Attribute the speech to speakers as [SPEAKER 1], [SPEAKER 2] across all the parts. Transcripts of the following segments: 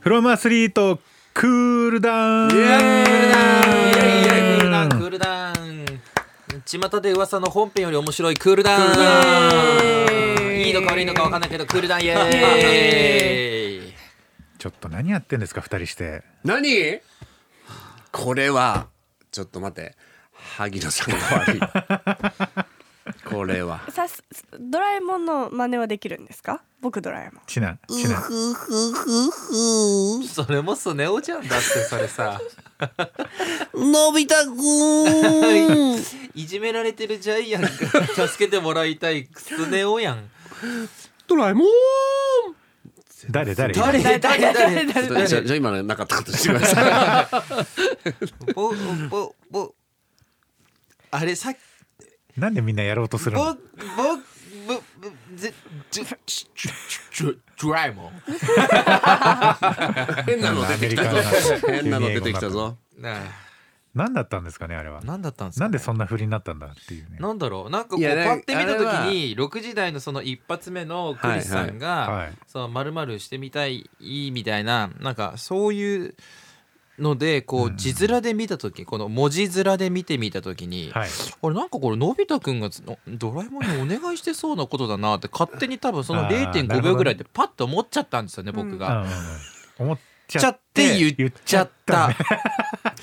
[SPEAKER 1] フロムアスリートクールダウン
[SPEAKER 2] イエー
[SPEAKER 3] ク
[SPEAKER 2] イ
[SPEAKER 3] ールダウンクールダウン巷で噂の本編より面白いクールダウン
[SPEAKER 2] イエーイ
[SPEAKER 3] いいのか悪いのか分かんないけどクールダウンイエーイ
[SPEAKER 2] イ
[SPEAKER 3] イ
[SPEAKER 1] ちょっと何やってんですか二人して
[SPEAKER 2] 何これはちょっと待って萩野さんが悪いこれは
[SPEAKER 4] さすドラえもんの真似はできるんですか僕ドラえもん
[SPEAKER 1] ちなちな
[SPEAKER 3] それもスネ夫ちゃんだってそれさ
[SPEAKER 2] のび太くん
[SPEAKER 3] いじめられてるジャイアンが助けてもらいたいスネ夫やん
[SPEAKER 2] ドラえもん
[SPEAKER 1] 誰誰
[SPEAKER 3] 誰誰誰
[SPEAKER 2] ちょちょ
[SPEAKER 3] 誰
[SPEAKER 2] ちょ今のなかったことしてください
[SPEAKER 3] ぼぼぼあれさっき
[SPEAKER 1] なんでみんなやろうとする
[SPEAKER 3] ぼ
[SPEAKER 1] の
[SPEAKER 3] ぼぼぼぜちょちょちょドラえもん
[SPEAKER 2] 変なの出てきたぞ 変なの出てきたぞ
[SPEAKER 3] な
[SPEAKER 1] 何だったんですかねあれは
[SPEAKER 3] 何だったんですか
[SPEAKER 1] なんでそんな振りになったんだっていうね
[SPEAKER 3] なんだろうなんかこう
[SPEAKER 2] い
[SPEAKER 3] パ
[SPEAKER 2] や
[SPEAKER 3] ッ
[SPEAKER 2] ね
[SPEAKER 3] て見た時
[SPEAKER 2] あれ
[SPEAKER 3] に6時台のその一発目のクリスさ
[SPEAKER 1] は
[SPEAKER 3] ん
[SPEAKER 1] いはいは
[SPEAKER 3] が
[SPEAKER 1] い
[SPEAKER 3] 「そうまるまるしてみたい」みたいななんかそういうのでこう字面で見た時この文字面で見てみた時に
[SPEAKER 1] はい
[SPEAKER 3] あれなんかこれのび太くんがつのドラえもんにお願いしてそうなことだなって勝手に多分その
[SPEAKER 1] あーなる
[SPEAKER 3] 0.5
[SPEAKER 1] ほど
[SPEAKER 3] 秒ぐらいでパッと思っちゃったんですよね僕
[SPEAKER 1] うんうん
[SPEAKER 3] が。
[SPEAKER 1] うん思っち
[SPEAKER 3] ち
[SPEAKER 1] ゃ
[SPEAKER 3] ゃ
[SPEAKER 1] っ
[SPEAKER 3] ってて言っちゃった。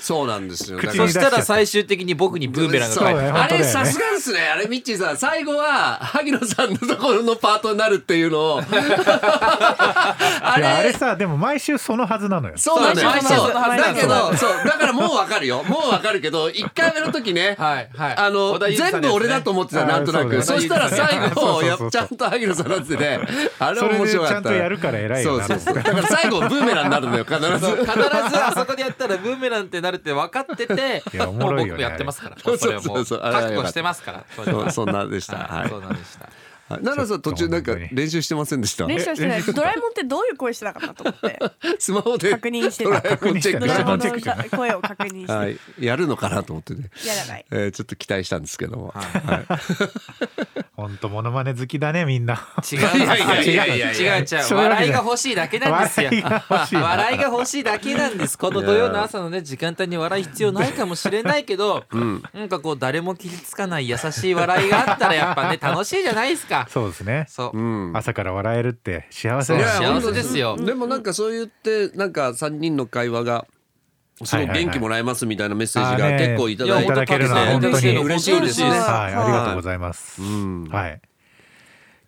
[SPEAKER 2] そうなんですよ
[SPEAKER 1] 口
[SPEAKER 2] だ
[SPEAKER 1] に
[SPEAKER 2] から
[SPEAKER 3] そしたら最終的に僕にブーメランが返ってき
[SPEAKER 1] そうね本
[SPEAKER 2] あれ
[SPEAKER 1] 当だよね
[SPEAKER 2] さすがですねあれミッチーさん最後は萩野さんのところのパートになるっていうのをあ
[SPEAKER 1] い
[SPEAKER 2] れ
[SPEAKER 1] やあれさでも毎週そのはずなのよ
[SPEAKER 2] そうなんだよ
[SPEAKER 3] 毎週
[SPEAKER 2] そう
[SPEAKER 3] 毎週毎週
[SPEAKER 2] だけどそうだからもうわかるよもうわかるけど1回目の時ね
[SPEAKER 3] た。はいはい。
[SPEAKER 2] あの
[SPEAKER 3] 小田裕二さ
[SPEAKER 2] 全
[SPEAKER 3] んです
[SPEAKER 2] 部
[SPEAKER 3] ね
[SPEAKER 2] 俺だと思ってたなんとな
[SPEAKER 1] あー
[SPEAKER 2] く
[SPEAKER 1] そ
[SPEAKER 2] そうし
[SPEAKER 1] だ
[SPEAKER 2] た
[SPEAKER 1] よ
[SPEAKER 2] ら最
[SPEAKER 1] そうそう
[SPEAKER 2] 後
[SPEAKER 1] そう
[SPEAKER 2] や
[SPEAKER 1] そう
[SPEAKER 2] ちゃんと萩野さんなっ てねあれ
[SPEAKER 1] そ
[SPEAKER 2] は
[SPEAKER 1] れ
[SPEAKER 2] 面
[SPEAKER 1] でち
[SPEAKER 2] 白かった
[SPEAKER 1] ゃんとやるから偉い
[SPEAKER 2] そ
[SPEAKER 1] よ
[SPEAKER 2] う
[SPEAKER 1] な
[SPEAKER 2] そうそうだ
[SPEAKER 1] 僕
[SPEAKER 2] から最後ブーメランになるのよ 必
[SPEAKER 3] そう
[SPEAKER 2] ず
[SPEAKER 3] 必ずあそこでやったらブーメランってなるって分かってて
[SPEAKER 1] いやおも
[SPEAKER 3] もう
[SPEAKER 1] ろい
[SPEAKER 3] 僕
[SPEAKER 1] よね
[SPEAKER 3] もやってますから
[SPEAKER 2] あれ
[SPEAKER 3] それはも
[SPEAKER 2] そう
[SPEAKER 3] う
[SPEAKER 2] そうそうあれは
[SPEAKER 3] 覚悟してますからそれ
[SPEAKER 2] そう
[SPEAKER 3] は
[SPEAKER 2] そんなでした
[SPEAKER 3] は
[SPEAKER 2] はいい
[SPEAKER 3] そうなんでした
[SPEAKER 2] 奈良さん途中なんか練習してませんでした
[SPEAKER 4] 練習はしてないドラえもんってどういう声してたかなと思って
[SPEAKER 2] スマホで
[SPEAKER 4] 確認して
[SPEAKER 2] ド
[SPEAKER 4] た
[SPEAKER 2] ラえもんチェッ
[SPEAKER 4] ド
[SPEAKER 2] ク
[SPEAKER 4] ラ
[SPEAKER 2] し
[SPEAKER 4] え
[SPEAKER 2] て
[SPEAKER 4] もん
[SPEAKER 1] ドラえもんチェックじゃな
[SPEAKER 4] の声を確認して、
[SPEAKER 2] はい、やるのかなと思ってね、
[SPEAKER 4] やらない
[SPEAKER 2] えーちょっと期待したんですけども、
[SPEAKER 3] はい
[SPEAKER 1] ほんとモノマネ好きだねみんな
[SPEAKER 3] 違うんです
[SPEAKER 2] いやいやい
[SPEAKER 3] よ
[SPEAKER 2] やい
[SPEAKER 3] 違
[SPEAKER 2] や
[SPEAKER 3] う違う
[SPEAKER 1] そういうわけ
[SPEAKER 3] 笑い
[SPEAKER 1] じゃ
[SPEAKER 3] が欲しいだけなんですよ
[SPEAKER 1] 笑いが欲しい
[SPEAKER 3] 笑いが欲しいだけなんですこの土曜の朝のね時間帯に笑い必要ないかもしれないけどなんかこう誰も傷つかない優しい笑いがあったらやっぱね楽しいじゃないですか
[SPEAKER 1] そうですね
[SPEAKER 3] そう
[SPEAKER 2] うん
[SPEAKER 1] 朝から笑えるって幸せ
[SPEAKER 3] い
[SPEAKER 1] だ
[SPEAKER 3] や
[SPEAKER 1] よね
[SPEAKER 3] 幸せですよ
[SPEAKER 2] でもなんかそう言ってなんか三人の会話がすごく元気もらえますみたいなメッセージ
[SPEAKER 1] はいはい
[SPEAKER 2] が
[SPEAKER 1] はい
[SPEAKER 2] 結構いた
[SPEAKER 3] いや
[SPEAKER 2] だい
[SPEAKER 1] いた
[SPEAKER 2] て、
[SPEAKER 1] だけるのは本当に
[SPEAKER 3] 本当に嬉しいですね
[SPEAKER 2] 嬉しいです
[SPEAKER 1] はい、ありがとうございます。
[SPEAKER 2] ん
[SPEAKER 1] はい。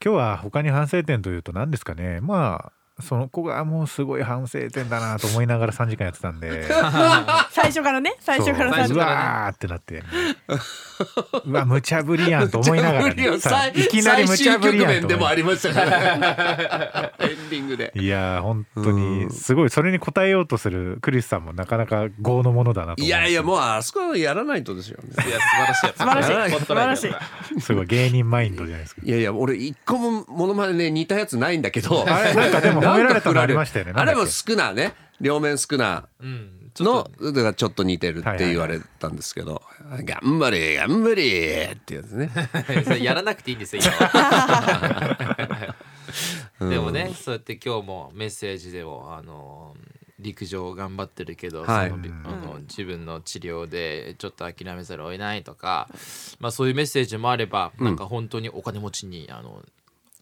[SPEAKER 1] 今日は他に反省点というと何ですかね。まあその子がもうすごい反省点だなと思いながら3時間やってたん で、
[SPEAKER 4] 最初からね最初から
[SPEAKER 1] そう
[SPEAKER 4] 最
[SPEAKER 3] 最
[SPEAKER 1] う
[SPEAKER 3] 初
[SPEAKER 4] 初
[SPEAKER 3] からね
[SPEAKER 1] わーってなって、うわ無茶ぶりやんと思いながら、
[SPEAKER 2] 無理よ
[SPEAKER 1] ね、さ
[SPEAKER 2] 最
[SPEAKER 1] いきなり無
[SPEAKER 2] 最
[SPEAKER 1] 茶
[SPEAKER 2] 終
[SPEAKER 1] ぶり
[SPEAKER 2] 局
[SPEAKER 1] やん
[SPEAKER 2] 面
[SPEAKER 1] と
[SPEAKER 2] でも
[SPEAKER 1] 思
[SPEAKER 2] あ
[SPEAKER 1] い。
[SPEAKER 2] りましたから エンディングで
[SPEAKER 1] いやー本当にすごいそれに応えようとするクリスさんもなかなか業のものだなと思い
[SPEAKER 2] いやいやもうあそこはやらないとですよね
[SPEAKER 3] いや素晴らしい素晴
[SPEAKER 4] らしい素晴らしい
[SPEAKER 1] すごい芸人マインドじゃないですか
[SPEAKER 2] いやいや俺一個もモノマネね似たやつないんだけ ど
[SPEAKER 1] あれなんかでも褒められたのありましたよね
[SPEAKER 2] あれ
[SPEAKER 1] なんだ
[SPEAKER 2] も
[SPEAKER 1] っけ
[SPEAKER 2] 少なね両面少な
[SPEAKER 3] うんちょっ
[SPEAKER 2] の
[SPEAKER 3] と
[SPEAKER 2] だからちょっと似てるって言われたんですけど「頑張れ頑張れ」ってやつね
[SPEAKER 3] それやらなくていいんですよ今はでもね そうやって今日もメッセージでもあの陸上を頑張ってるけど、
[SPEAKER 2] はい
[SPEAKER 3] そのあの自分の治療でちょっと諦めざるを得ないとか、まあ、そういうメッセージもあれば、なんか本当にお金持ちにあの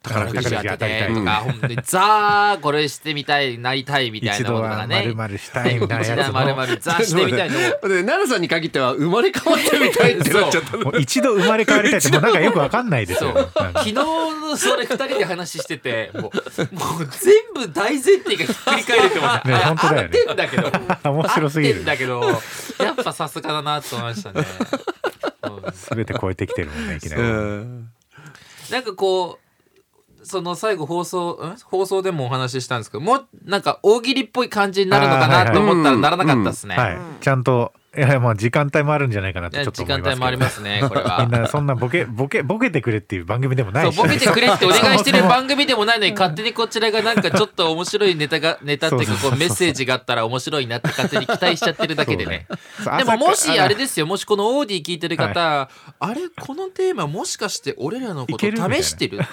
[SPEAKER 3] 宝くじ当ててとか、本当にザーこれしてみたいなりたいみたい
[SPEAKER 1] 一
[SPEAKER 3] な
[SPEAKER 1] 度
[SPEAKER 3] ものが
[SPEAKER 1] は
[SPEAKER 3] ね
[SPEAKER 1] 丸々したいみたいなやつ
[SPEAKER 3] 一度は丸
[SPEAKER 1] も。
[SPEAKER 3] 々ザーしてみたいと思う
[SPEAKER 2] で奈良さんに限っては生まれ変わってみた いってなっちゃった
[SPEAKER 1] もう一度生まれ変わりたいってもうなんかよくわかんないです
[SPEAKER 3] そ
[SPEAKER 1] よ。
[SPEAKER 3] う
[SPEAKER 1] なんか
[SPEAKER 3] 昨日のそれ2人で話しててもうもう全部大前提がひっくり返れても
[SPEAKER 1] ね本当だよね
[SPEAKER 3] 合ってんだけど
[SPEAKER 1] 面白すぎ
[SPEAKER 3] 合って
[SPEAKER 1] る
[SPEAKER 3] ん。だけどやっぱさすがだなと思いましたね、うん
[SPEAKER 1] すべて超えてきてるもんねいきなり。
[SPEAKER 2] うん
[SPEAKER 3] なんかこうその最後放送ん放送でもお話ししたんですけどもうなんか大喜利っぽい感じになるのかなと思ったらならなかったですね、
[SPEAKER 1] はい。ちゃんといやまあ時間帯もあるんじゃないかなっ
[SPEAKER 3] い
[SPEAKER 1] て
[SPEAKER 3] や
[SPEAKER 1] ちょっと
[SPEAKER 3] 時
[SPEAKER 1] 思
[SPEAKER 3] 間
[SPEAKER 1] いますけど。
[SPEAKER 3] 帯もありますねこれ
[SPEAKER 1] みん
[SPEAKER 3] は。
[SPEAKER 1] なそんなボケボケボケてくれっていう番組でもな
[SPEAKER 3] そう
[SPEAKER 1] いし。
[SPEAKER 3] ボケてくれってお願いして
[SPEAKER 1] そ
[SPEAKER 3] る
[SPEAKER 1] もそも
[SPEAKER 3] 番組でもないのに勝手にこちらがなんかちょっと面白いネタがネタっていうかこうメッセージがあったら面白いなって勝手に期待しちゃってるだけでね。
[SPEAKER 1] そう
[SPEAKER 3] でももしあれ
[SPEAKER 1] で
[SPEAKER 3] ですよもしこのオーディ聞いてる方、あれこのテーマもしかして俺らの
[SPEAKER 1] い
[SPEAKER 3] こと
[SPEAKER 1] けるみたいな
[SPEAKER 3] 試してる
[SPEAKER 2] うん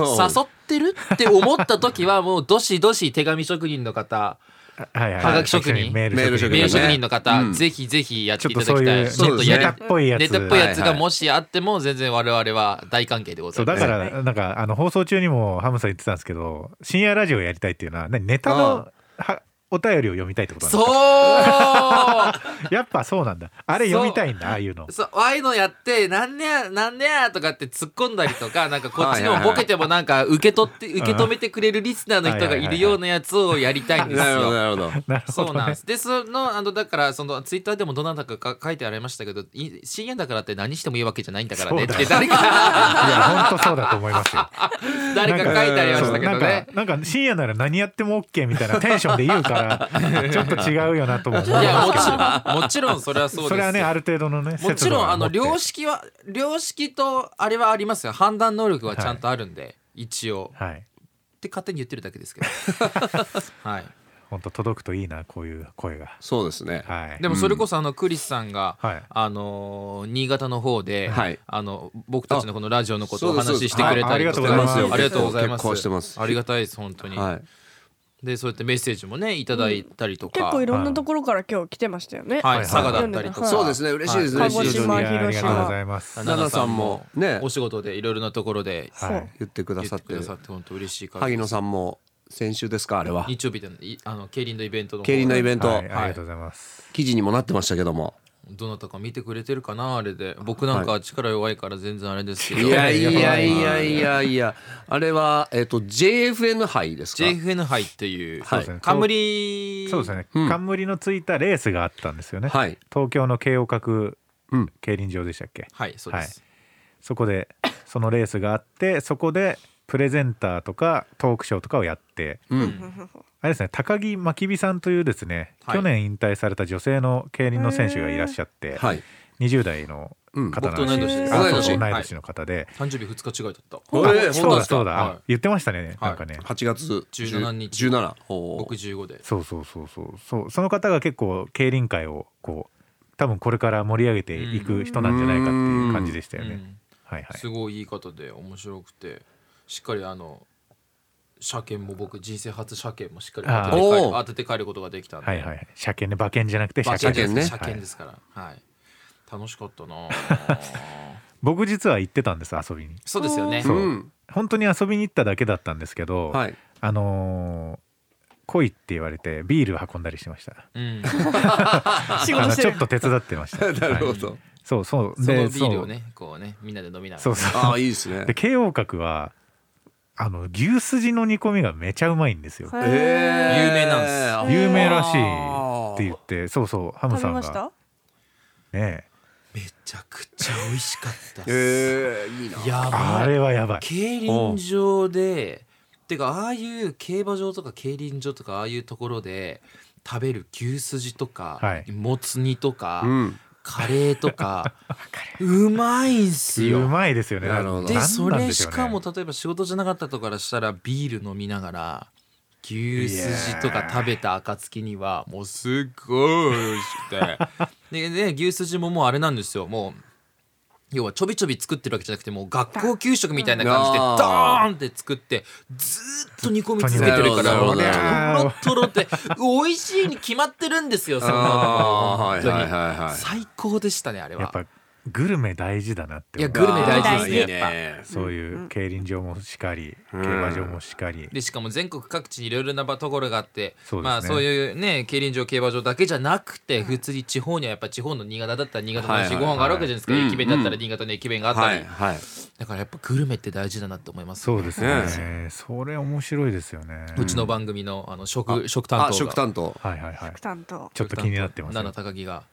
[SPEAKER 3] 誘ってるって思った時はもうどしどし手紙職人の方
[SPEAKER 1] はいはい
[SPEAKER 3] はがき職人
[SPEAKER 1] 一緒にメール
[SPEAKER 2] メール
[SPEAKER 1] 職
[SPEAKER 2] 職
[SPEAKER 1] 人
[SPEAKER 2] 人
[SPEAKER 3] 名誉
[SPEAKER 2] ね
[SPEAKER 3] 職人の方、
[SPEAKER 2] うん
[SPEAKER 3] ぜひぜひやっ
[SPEAKER 1] ち
[SPEAKER 3] て
[SPEAKER 1] ょっ
[SPEAKER 3] い
[SPEAKER 1] と
[SPEAKER 3] ただ
[SPEAKER 1] そう
[SPEAKER 3] きた
[SPEAKER 1] いう
[SPEAKER 3] いちょっと
[SPEAKER 1] ネ
[SPEAKER 3] やり
[SPEAKER 1] タっぽいやつ
[SPEAKER 3] ネタっぽいやつ
[SPEAKER 2] は
[SPEAKER 3] が
[SPEAKER 2] いはい
[SPEAKER 3] もしあっても全然我々は大関係でござ
[SPEAKER 1] そ
[SPEAKER 3] いうま
[SPEAKER 1] だ
[SPEAKER 3] す。
[SPEAKER 1] からなんかあの放送中にもハムさん言ってたんですけど深夜ラジオやりたいっていうのは何ネタのはお便りを読みたいってことなん
[SPEAKER 3] そう
[SPEAKER 1] だ
[SPEAKER 3] そ
[SPEAKER 1] やっぱそうなんだあれ読みたいんだああいうの
[SPEAKER 3] うああいうのやってなんねやなんねやとかって突っ込んだりとかなんかこっちのボケてもなんか受け取って受け止めてくれるリスナーの人がいるようなやつをやりたいんです
[SPEAKER 2] なるほ
[SPEAKER 3] よ。
[SPEAKER 2] どなるほど
[SPEAKER 1] なるほ
[SPEAKER 3] そう
[SPEAKER 1] ど
[SPEAKER 3] なんで
[SPEAKER 1] ね
[SPEAKER 3] す。で、その、あの、だから、その、ツイッターでもどなたかか書いてありましたけど、い深夜だからって何してもいいわけじゃないんだからねっ
[SPEAKER 1] そうだ
[SPEAKER 3] て、誰か、
[SPEAKER 1] いや本当そうだと思いますよ
[SPEAKER 3] 誰か書いてありましたけ
[SPEAKER 1] な
[SPEAKER 3] ど
[SPEAKER 1] ん
[SPEAKER 3] ね
[SPEAKER 1] か。なんか深夜なら何やっても OK みたいなテンションで言うから ちょっと違うよなとも思
[SPEAKER 3] い
[SPEAKER 1] い
[SPEAKER 3] や、
[SPEAKER 1] ま
[SPEAKER 3] も
[SPEAKER 1] すけ
[SPEAKER 3] ち
[SPEAKER 1] ど
[SPEAKER 3] ろん、もちろん、それはそうですよ。
[SPEAKER 1] それはねある程度のね
[SPEAKER 3] もちろん、あの、良
[SPEAKER 1] 識
[SPEAKER 3] 識は、良識と、あれはありますよ。判断能力はちゃんとあるんで、一応。っ
[SPEAKER 1] はい
[SPEAKER 3] て勝手に言ってるだけ ですけど。はい。
[SPEAKER 1] 本当届くといいなこういう声が
[SPEAKER 2] そうですね
[SPEAKER 1] はい
[SPEAKER 3] でも、それこそ、あの、クリスさんが、
[SPEAKER 1] はい
[SPEAKER 3] あのー新潟の方で、
[SPEAKER 2] はい
[SPEAKER 3] あの僕たちのこのラジオのことをお
[SPEAKER 2] あそう
[SPEAKER 3] 話
[SPEAKER 2] で
[SPEAKER 3] し
[SPEAKER 2] す
[SPEAKER 3] してくれたりと
[SPEAKER 1] は
[SPEAKER 3] か、
[SPEAKER 1] いあ
[SPEAKER 3] あ
[SPEAKER 1] ありがと
[SPEAKER 3] りがと
[SPEAKER 1] う
[SPEAKER 3] う
[SPEAKER 1] ご
[SPEAKER 3] ご
[SPEAKER 2] ざ
[SPEAKER 3] ざ
[SPEAKER 2] い
[SPEAKER 3] い
[SPEAKER 2] ま
[SPEAKER 3] ますす。
[SPEAKER 2] 結構してます
[SPEAKER 3] ありがたいです本当に。
[SPEAKER 2] はい
[SPEAKER 3] でそうやってメッセージもねいただいたりとか、
[SPEAKER 4] 結構いろんなところから今日来てましたよね。
[SPEAKER 3] はい
[SPEAKER 1] はい
[SPEAKER 3] 佐賀だったりとか、
[SPEAKER 4] はい
[SPEAKER 2] そうですね嬉しいです
[SPEAKER 3] は
[SPEAKER 2] ね
[SPEAKER 3] い
[SPEAKER 4] 鹿児
[SPEAKER 2] 非常
[SPEAKER 4] 島
[SPEAKER 2] に
[SPEAKER 1] いやありがとうございます
[SPEAKER 2] ナナさんもね
[SPEAKER 3] お仕事でいろいろなところで
[SPEAKER 4] そう
[SPEAKER 1] はい
[SPEAKER 2] 言ってく
[SPEAKER 3] 言
[SPEAKER 2] だ
[SPEAKER 3] っ
[SPEAKER 2] さ
[SPEAKER 3] て
[SPEAKER 2] って
[SPEAKER 3] くださって本当嬉しいから
[SPEAKER 2] 萩野さんも先週ですかあれは
[SPEAKER 3] 日曜日でのいあの競輪のイベントの方
[SPEAKER 2] 競輪のイベント、
[SPEAKER 1] はい、ありがとうございます。
[SPEAKER 2] 記事にもなってましたけども
[SPEAKER 3] どなたか見てくれてるかなあれで僕なんか力弱いから全然あれですけど、
[SPEAKER 2] いやいやいやいやいやあれはえっ、と JFN 杯ですか
[SPEAKER 3] JFN 杯っていう
[SPEAKER 2] はい
[SPEAKER 3] 冠
[SPEAKER 1] そうですね、
[SPEAKER 2] うん
[SPEAKER 1] 冠のついたレースがあったんですよね。
[SPEAKER 2] はい
[SPEAKER 1] 東京の慶応閣
[SPEAKER 2] うん
[SPEAKER 1] 競輪場でしたっけ。
[SPEAKER 3] はいそうです、
[SPEAKER 1] そこで、そのレースがあって、そこでプレゼンターとかトークショーとかをやって。
[SPEAKER 2] うん
[SPEAKER 1] あれですね、高木真備さんというですね、
[SPEAKER 3] はい
[SPEAKER 1] 去年引退された女性の競輪の選手がいらっしゃって。
[SPEAKER 2] はい
[SPEAKER 1] 20代の
[SPEAKER 2] うん
[SPEAKER 1] 方なん
[SPEAKER 3] 僕と同い年です
[SPEAKER 1] あそう
[SPEAKER 2] 同い年
[SPEAKER 1] 同い年の方で。
[SPEAKER 3] 誕生日2日違いだった
[SPEAKER 2] おー
[SPEAKER 1] あ
[SPEAKER 2] 本
[SPEAKER 1] そう
[SPEAKER 2] 当
[SPEAKER 1] だ
[SPEAKER 2] ですか
[SPEAKER 1] そうだ、
[SPEAKER 3] はい
[SPEAKER 1] 言ってましたね、なんかね。
[SPEAKER 2] 8月
[SPEAKER 3] 17日
[SPEAKER 2] 17ほう
[SPEAKER 3] 僕15で
[SPEAKER 1] そうそうそうそうそうその方が結構競輪界をこう多分これから盛り上げていく人なんじゃないかっていう感じでしたよね。
[SPEAKER 3] うん
[SPEAKER 1] はいはい。
[SPEAKER 3] すごいいい方で面白くてしっかりあの車検も僕人生初車検もしっかり当てて帰
[SPEAKER 2] あ
[SPEAKER 3] る
[SPEAKER 2] ー
[SPEAKER 3] 当てて帰ることができたんで、
[SPEAKER 1] はいはいはい。車検ね馬券じゃなくて
[SPEAKER 3] 馬
[SPEAKER 1] 車
[SPEAKER 3] 券
[SPEAKER 1] 検
[SPEAKER 3] です
[SPEAKER 2] ね
[SPEAKER 3] 車検ですから、はい楽しかったなあ
[SPEAKER 1] 僕実は行ってたんです遊びに。
[SPEAKER 3] そうですよね
[SPEAKER 1] そう
[SPEAKER 2] うん
[SPEAKER 1] 本当に遊びに行っただけだったんですけど、
[SPEAKER 2] はい
[SPEAKER 1] あのー来いって言われてビール運んだりしてました。
[SPEAKER 3] うん、
[SPEAKER 4] 仕
[SPEAKER 1] あ
[SPEAKER 4] 事
[SPEAKER 1] の
[SPEAKER 4] して
[SPEAKER 1] ちょ
[SPEAKER 4] る
[SPEAKER 1] っ。と手伝ってました。
[SPEAKER 2] なるほ
[SPEAKER 1] はい
[SPEAKER 2] ど、
[SPEAKER 1] そうそう
[SPEAKER 3] そのビール
[SPEAKER 1] そ
[SPEAKER 3] を
[SPEAKER 1] う
[SPEAKER 3] ねこうねみんなで飲みながら
[SPEAKER 1] そうそう
[SPEAKER 2] ああいいですね
[SPEAKER 1] で慶応閣はあの牛すじの煮込みがめちゃうまいんですよ。
[SPEAKER 4] はい
[SPEAKER 3] 有名なん
[SPEAKER 2] で
[SPEAKER 1] 有名らしいって言ってそうそうハム
[SPEAKER 4] 食
[SPEAKER 1] さ
[SPEAKER 4] べ
[SPEAKER 1] ん
[SPEAKER 4] まし
[SPEAKER 1] が
[SPEAKER 4] た。
[SPEAKER 1] ねえ
[SPEAKER 3] めちゃくちゃ美味しかったっす
[SPEAKER 2] えー、いいな
[SPEAKER 3] やばい
[SPEAKER 1] あれはやばい
[SPEAKER 3] 競輪場でてかああいう競馬場とか競輪場とかああいうところで食べる牛すじとか、
[SPEAKER 1] はい
[SPEAKER 3] もつ煮とか、
[SPEAKER 2] うん
[SPEAKER 3] カレー とかうまいんす
[SPEAKER 1] う
[SPEAKER 3] よ。
[SPEAKER 1] まいですよね
[SPEAKER 2] なるほど
[SPEAKER 1] なん
[SPEAKER 3] で
[SPEAKER 1] なん
[SPEAKER 3] そ
[SPEAKER 1] なん
[SPEAKER 3] れ
[SPEAKER 1] でょ
[SPEAKER 3] し
[SPEAKER 1] うね
[SPEAKER 3] かも例えば仕事じゃなかったとかからしたらビール飲みながら牛すじとか食べた暁にはもうすっごい美味し くてでね牛すじももうあれなんですよもう要はちょびちょび作ってるわけじゃなくてもう学校給食みたいな感じでド
[SPEAKER 2] あー
[SPEAKER 3] ーンって作ってずーっと煮込み続けてるか
[SPEAKER 2] な
[SPEAKER 3] ら
[SPEAKER 2] る
[SPEAKER 3] も
[SPEAKER 2] ほ
[SPEAKER 3] う
[SPEAKER 2] ど
[SPEAKER 3] と
[SPEAKER 1] なるほど
[SPEAKER 3] ろとろって美味しいに決まってるんですよそんなの
[SPEAKER 2] あ
[SPEAKER 3] 本
[SPEAKER 2] ー
[SPEAKER 3] 当に
[SPEAKER 2] はいはいはいはい
[SPEAKER 3] 最高でしたねあれは
[SPEAKER 1] やっぱグルメ大事だなって
[SPEAKER 3] い
[SPEAKER 1] 思
[SPEAKER 3] や
[SPEAKER 1] う
[SPEAKER 3] グルメ大事
[SPEAKER 2] い
[SPEAKER 3] ですね
[SPEAKER 2] いね
[SPEAKER 3] やっぱ
[SPEAKER 1] そういう競輪場もしかり競
[SPEAKER 2] ん
[SPEAKER 1] 馬場もしかり
[SPEAKER 3] でしかも全国各地にいろいろな場ところがあって
[SPEAKER 1] そうですね
[SPEAKER 3] まあ、そういうね競輪場競馬場だけじゃなくて普通に地方にはやっぱ地方の新潟だったら新潟の
[SPEAKER 2] はい
[SPEAKER 3] 地
[SPEAKER 2] はいはい
[SPEAKER 3] 方があるわけじゃないですか、
[SPEAKER 2] うん
[SPEAKER 3] 駅弁だったら新潟の駅弁があった
[SPEAKER 2] は
[SPEAKER 3] り、
[SPEAKER 2] いはい
[SPEAKER 3] だからやっぱグルメって大事だなって思います
[SPEAKER 1] そうです
[SPEAKER 2] ね
[SPEAKER 1] ねそれ面白いですよね
[SPEAKER 3] うちの番組のあの食食担当
[SPEAKER 2] あ
[SPEAKER 3] が
[SPEAKER 2] 食担当
[SPEAKER 1] はいはいはい
[SPEAKER 4] 担当。
[SPEAKER 1] ちょっと気になってます
[SPEAKER 3] 七高木が